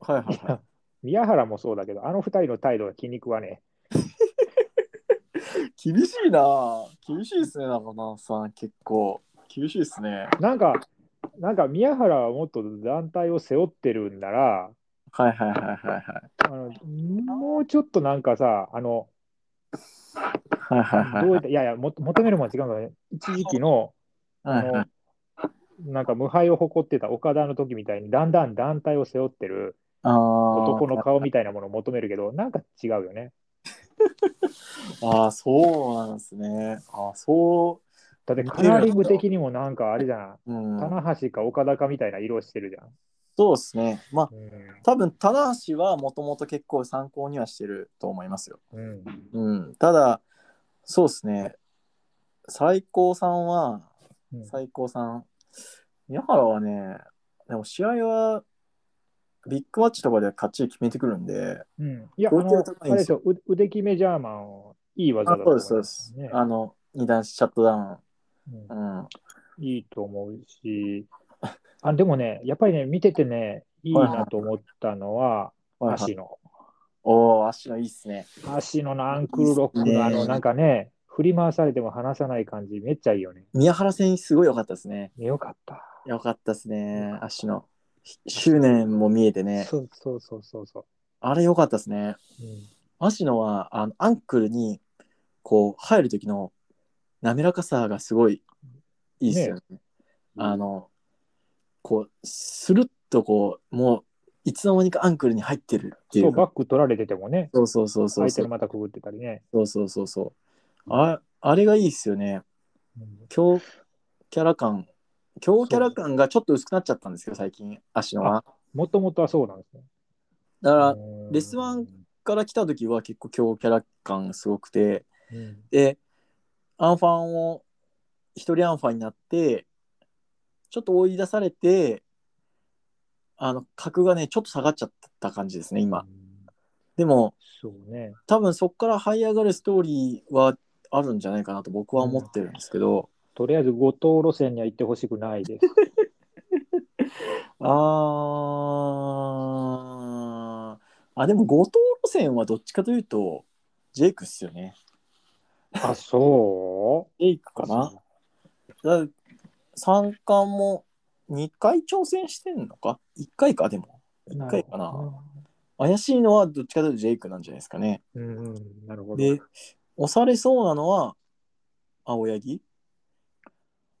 S1: はいはいはい。
S2: 宮原もそうだけど、あの二人の態度が気に食わね
S1: 厳しいなぁ厳しいですね、中野さん。結構。厳しいですね。
S2: え。なんか、なんか宮原はもっと団体を背負ってるんなら、
S1: はいはいはいはいはい。
S2: あのもうちょっとなんかさ、あの、
S1: はいはいはい
S2: どうい
S1: は
S2: った、いやいや、も求めるものは違うんだね。一時期の、あ
S1: い。はいはい
S2: の、なんか無敗を誇ってた岡田の時みたいに、だんだん団体を背負ってる
S1: あー
S2: 男の顔みたいなものを求めるけど、なんか違うよね。
S1: あー、そうなんですね。あーそ
S2: だってカラーリング的にもなんかあれじゃん。
S1: う。うん。
S2: 棚橋か岡田かみたいな色してるじゃん。
S1: そうですね。まあ、
S2: う
S1: 多分、棚橋はもともと結構参考にはしてると思いますよ。
S2: ん。うん。
S1: うん。ただ、そうですね。最高さんは、
S2: うん
S1: 最高さん。宮原はね、でも試合は、ビッグマッチとかで勝ち決めてくるんで、
S2: うん、いや、あ
S1: クオリティ
S2: の
S1: が高
S2: あ
S1: いんで
S2: れですしょ、う腕決めジャーマンをいい技
S1: あ
S2: だと
S1: そうで、
S2: 思いますす
S1: そうです。
S2: ね
S1: あの、二段シャットダウ
S2: うん
S1: ン。うん。
S2: いいと思うし、あでもね、やっぱりね、見ててね、いいなと思ったのは、
S1: はいはい、
S2: 足の、
S1: おお、足のいいっすね。
S2: 足ののアンクルロック
S1: いいっすね
S2: の、あの、なんかね、振り回されても離さない感じ、めっちゃいいよね。
S1: 宮原戦すごい良かったですね。
S2: よかった。
S1: 良かったですね。足の。執念も見えてね。
S2: そうそうそうそうそ
S1: あれ良かったですね。
S2: う。うん
S1: 足野はあのアンクルにこう入る時の滑らかさがすごいいいですよね。あのこうスルッとこうもういつの間にかアンクルに入ってるってい
S2: そうう、バック取られててもね、
S1: そうそうそうそう
S2: 相手
S1: そ
S2: の
S1: う
S2: またくぐってたりね。
S1: そうそうそうそうああれがいいですよね
S2: うん
S1: 強キャラ感強キャラ感がちょっと薄くなっちゃったんですよ最近足野は
S2: もともとはそうなんですね。
S1: だから
S2: うん
S1: レスワンから来た時は結構強キャラ感すごくて
S2: うん
S1: で、アンファンを、一人アンファンになって、ちょっと追い出されて、あの、格がね、ちょっと下がっちゃった感じですね、今。でも、
S2: そうね。
S1: 多分そこから這い上がるストーリーはあるんじゃないかなと僕は思ってるんですけど、
S2: とりあえず後藤路線には行ってほしくないです。
S1: あー、あ、でも後藤路線はどっちかというと、ジェイクっすよね。
S2: あ、そ
S1: ジェイク
S2: う
S1: かな。だ三冠も2回挑戦してんのか ?1 回かでも。1回かな。怪しいのはどっちかというとジェイクなんじゃないですかね。
S2: うんうん、なるほど。
S1: で、押されそうなのは青柳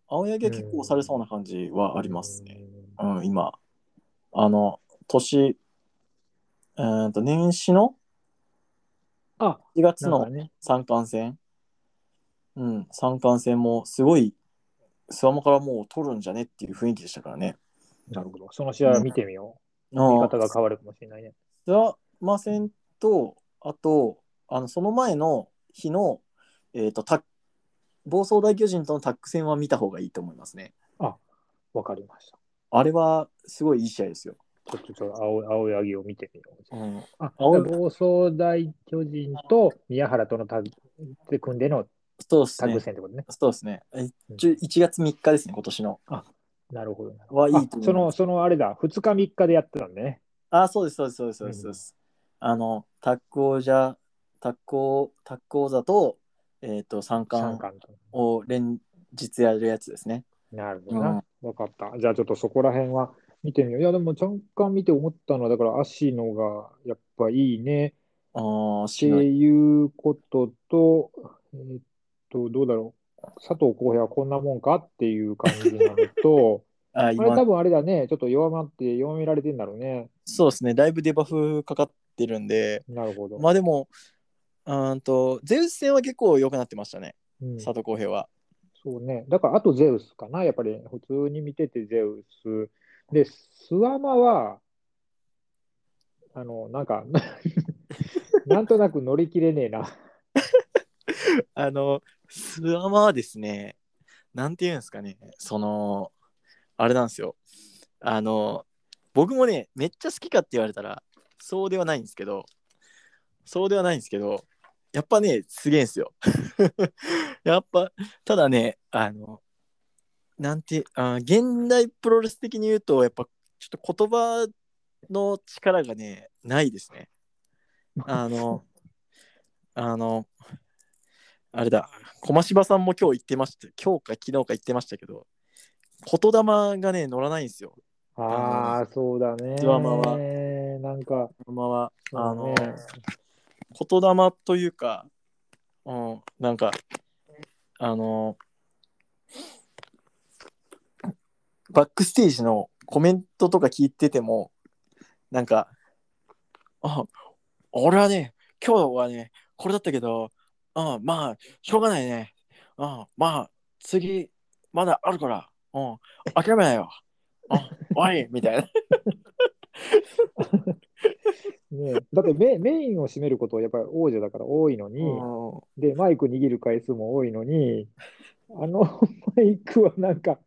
S1: 青柳は結構押されそうな感じはありますね。うん、今。あの、年、うーんと、年始の
S2: あ、
S1: 1月
S2: なん
S1: の
S2: かね、
S1: 三冠戦。うん、三冠戦もすごい、スワモからもう取るんじゃねっていう雰囲気でしたからね。
S2: なるほど。その試合は見てみよ
S1: 見
S2: う。見方が変わるかもしれないね。
S1: ザ・マセンと、あと、あのその前の日の、えー、とタッ暴走大巨人とのタッグ戦は見た方がいいと思いますね。
S2: わかりました。
S1: あれはすごいいい試合ですよ。
S2: ちょっとちょっと青青柳を見てみよう。
S1: ん、
S2: あ、
S1: 青
S2: 暴走大巨人と宮原とのタッグで組んでの
S1: そうです
S2: タッ
S1: ね
S2: グ。戦ってことね。
S1: そうですね。えちょ1月3日ですね、今年の。
S2: あなるほどな。
S1: はいいと
S2: あ
S1: 思います
S2: その、そのあれだ、2日3日でやってたんでね。
S1: あ、そうです、そうです、そうです、そうですそうです。あの、タック王者、タック王、タック王座と、えっ、と、三
S2: 3
S1: 冠
S2: 巻と。
S1: を連日やるやつですね。
S2: なるほどな。わかった。じゃあちょっとそこら辺は見てみよう。いや、でも、ちゃんかん見て思ったのは、だから、足のがやっぱいいね。
S1: あー、
S2: って
S1: しない。
S2: いうことと、えーっと、どうだろう。佐藤浩平はこんなもんかっていう感じなのと、
S1: あ、
S2: あれ多
S1: 今、
S2: 分あれだね、ちょっと弱まって、弱められてんだろうね。
S1: そうですね、だいぶデバフかかってるんで、
S2: なるほど。
S1: まあでも、うーんと、ゼウス戦は結構良くなってましたね、
S2: うん、
S1: 佐藤浩平は。
S2: そうね。だから、あとゼウスかな。やっぱり、普通に見ててゼウス。で、スワマは、あの、なんか、 なんとなく乗り切れねえな。
S1: あの、スワマはですね、なんていうんですかね、その、あれなんですよ。あの、僕もね、めっちゃ好きかって言われたら、そうではないんですけど、そうではないんですけど、やっぱね、すげえんすよ。 やっぱ、ただね、あの、なんて、あ現代プロレス的に言うと、やっぱ、ちょっと言葉の力がね、ないですね。あの、あの、あれだ、駒柴さんも今日言ってました、今日か昨日か言ってましたけど、言霊がね、乗らないんですよ。
S2: ああ、そうだね。
S1: スワマは
S2: なんか、
S1: 言霊は。
S2: そう
S1: あ
S2: だ
S1: の
S2: ね、
S1: 言霊というか、うん、なんか、あの、バックステージのコメントとか聞いてても、なんか、あ、俺はね、今日はね、これだったけど、あまあ、しょうがないね。あまあ、次、まだあるから、うん、諦めないよ。あ、おい、みたいな。
S2: ねだってメ、メインを占めることはやっぱり王者だから多いのに、
S1: うん
S2: で、マイク握る回数も多いのに、あのマイクはな んか、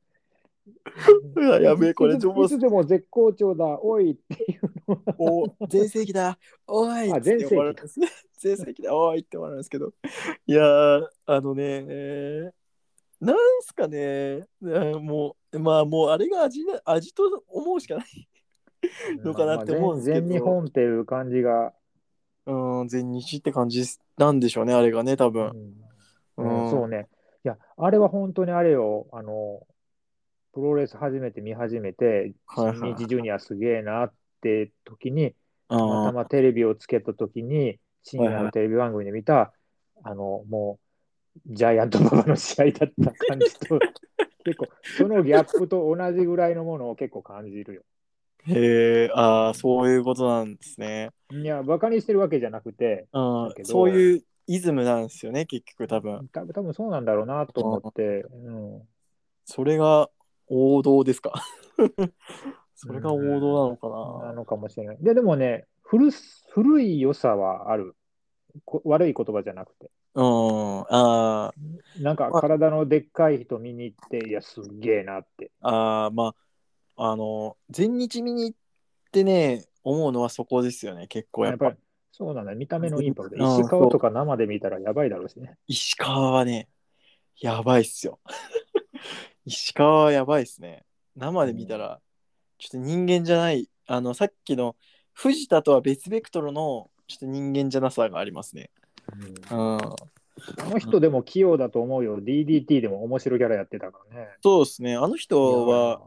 S1: うわやべえこれ
S2: いつ
S1: 情報
S2: いつでも絶好調だ、おいっていうのは、
S1: お全盛期だおい
S2: あ
S1: っつって
S2: 全盛期
S1: 終わるんです ね全盛期だおいって終わるんですけどいやーあのね、えーなんすかね、えーもうまあもうあれが味な味と思うしかないどうかなって思うんですけど
S2: まあ全全日本っていう感じが、
S1: うん全日って感じなんでしょうねあれがね多分
S2: う
S1: うん
S2: んうんそうね。いや、あれは本当にあれよ、あの、プロレス初めて見始めて、
S1: はいはい
S2: 新日ジュニアすげえなって時に、
S1: う
S2: たまた
S1: ん
S2: まテレビをつけたときに、深夜のテレビ番組で見た、あの、もう、ジャイアントババの試合だった感じと、結構、そのギャップと同じぐらいのものを結構感じるよ。
S1: へえああそういうことなんですね
S2: いや、バカにしてるわけじゃなくて、
S1: うん
S2: だけど
S1: そういうイズムなんですよね結局多分
S2: 多分多分そうなんだろうなと思って、うん、
S1: それが王道ですか それが王道なのかな、
S2: なのかもしれない。で、でもね、古す古い良さはある。こ悪い言葉じゃなくて。
S1: うん、あー
S2: なんか、体のでっかい人見に行って、いや、すっげえなって。
S1: あー、まあ、あの、全日見に行ってね、思うのはそこですよね、結構や
S2: や
S1: っ
S2: っぱ
S1: ぱ
S2: り。、そうなんだ、見た目のインパクト。
S1: うん
S2: 石川とか生で見たらやばいだろうしね。
S1: 石川はね、やばいっすよ。 石川はやばいっすね。生で見たら、ちょっと人間じゃない、あの、さっきの藤田とは別ベクトルの、ちょっと人間じゃなさがありますね。うん。
S2: あの人でも器用だと思うよ。DDT でも面白いキャラやってたからね。
S1: そうですね、あの人
S2: いや
S1: は、
S2: ー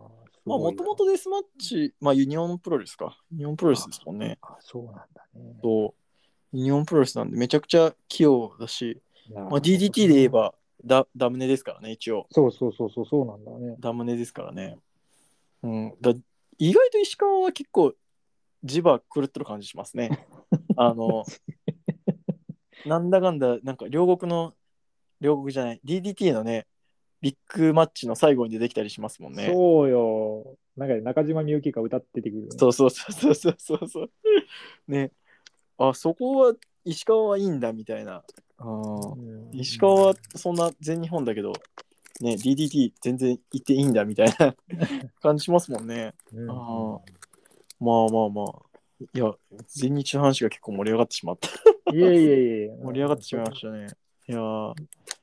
S1: まあ、もとも。とデスマッチ、まあ、ユニオンプロレスか。ユニオンプロレスですもんね。
S2: すごいなあ、そうなんだね。
S1: そう、ユニオンプロレスなんでめちゃくちゃ器用だし、
S2: いやー
S1: まあ、DDT で言え。ばダダムネですからね、一応。
S2: そうそうそうそう、そうなんだね。
S1: ダムネですからね。うん、だ意外と石川は結構磁場狂ってる感じします ね。あの、なんだかんだ、なんか両国の、両国じゃない、DDT のね、ビッグマッチの最後に出てきたりしますもんね。
S2: そうよ。なんか中島みゆきが歌っててくるよね。
S1: そうそうそうそうそうそう。ね。あ、そこは石川はいいんだみたいな。あー
S2: うん
S1: 石川はそんな全日本だけど、ね、DDT 全然行っていいんだみたい な感じしますもんね。
S2: うん
S1: あーまあまあまあ。いや、全日の話が結構盛り上がってしまった。
S2: いえいえいえ。
S1: 盛り上がってしまいましたね。いやー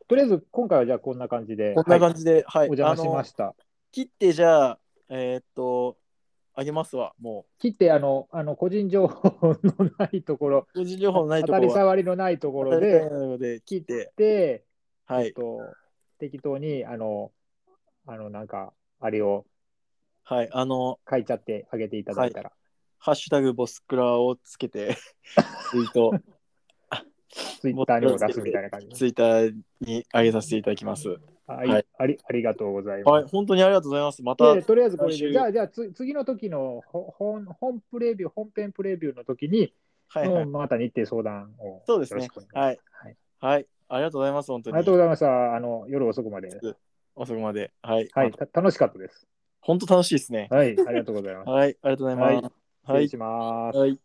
S2: とりあえず、今回はじゃあこんな感じで。
S1: こんな感じで、はい、
S2: はいお邪魔しました。
S1: あの切ってじゃあ、えーっと、あげますわ、も
S2: 切ってあのあの個人情報のないところ
S1: う。個人情報のないとこ
S2: 当た
S1: ろ
S2: り
S1: は。
S2: 障りのないところ
S1: 当たり
S2: で
S1: 障りのないところで切って、
S2: で、
S1: は
S2: えっ
S1: い、
S2: と、適当にあのあのなんかあれを
S1: はい、あの、
S2: 書いちゃってあげていただいたら、
S1: ハッシュタグボスクラをつけて、ツイー ト、
S2: ツイッターにも出すみたいな感じです
S1: ツイッターに上げさせていただきます。
S2: はい、
S1: はい
S2: ありありがとうございます。
S1: はい、本当にありがとうございます。また、
S2: でとりあえずこれ
S1: 来週
S2: で、じゃあ、じゃあつ次の時のほ本本プレビュー、本編プレビューの時に、
S1: はい、はい
S2: もう、また日程相談を
S1: そうですね
S2: よろしくお願いしますはい。
S1: はい、ありがとうございます、本当
S2: あ
S1: に。
S2: りがとうございました。あの夜遅くまで。
S1: 遅くまで。はい、
S2: は
S1: ま
S2: い、
S1: た
S2: た楽しかったです。
S1: 本当楽しいですね。
S2: はい、ありがとうございます。
S1: はい、ありがとうございます。
S2: は
S1: はいい
S2: 失礼します。
S1: はい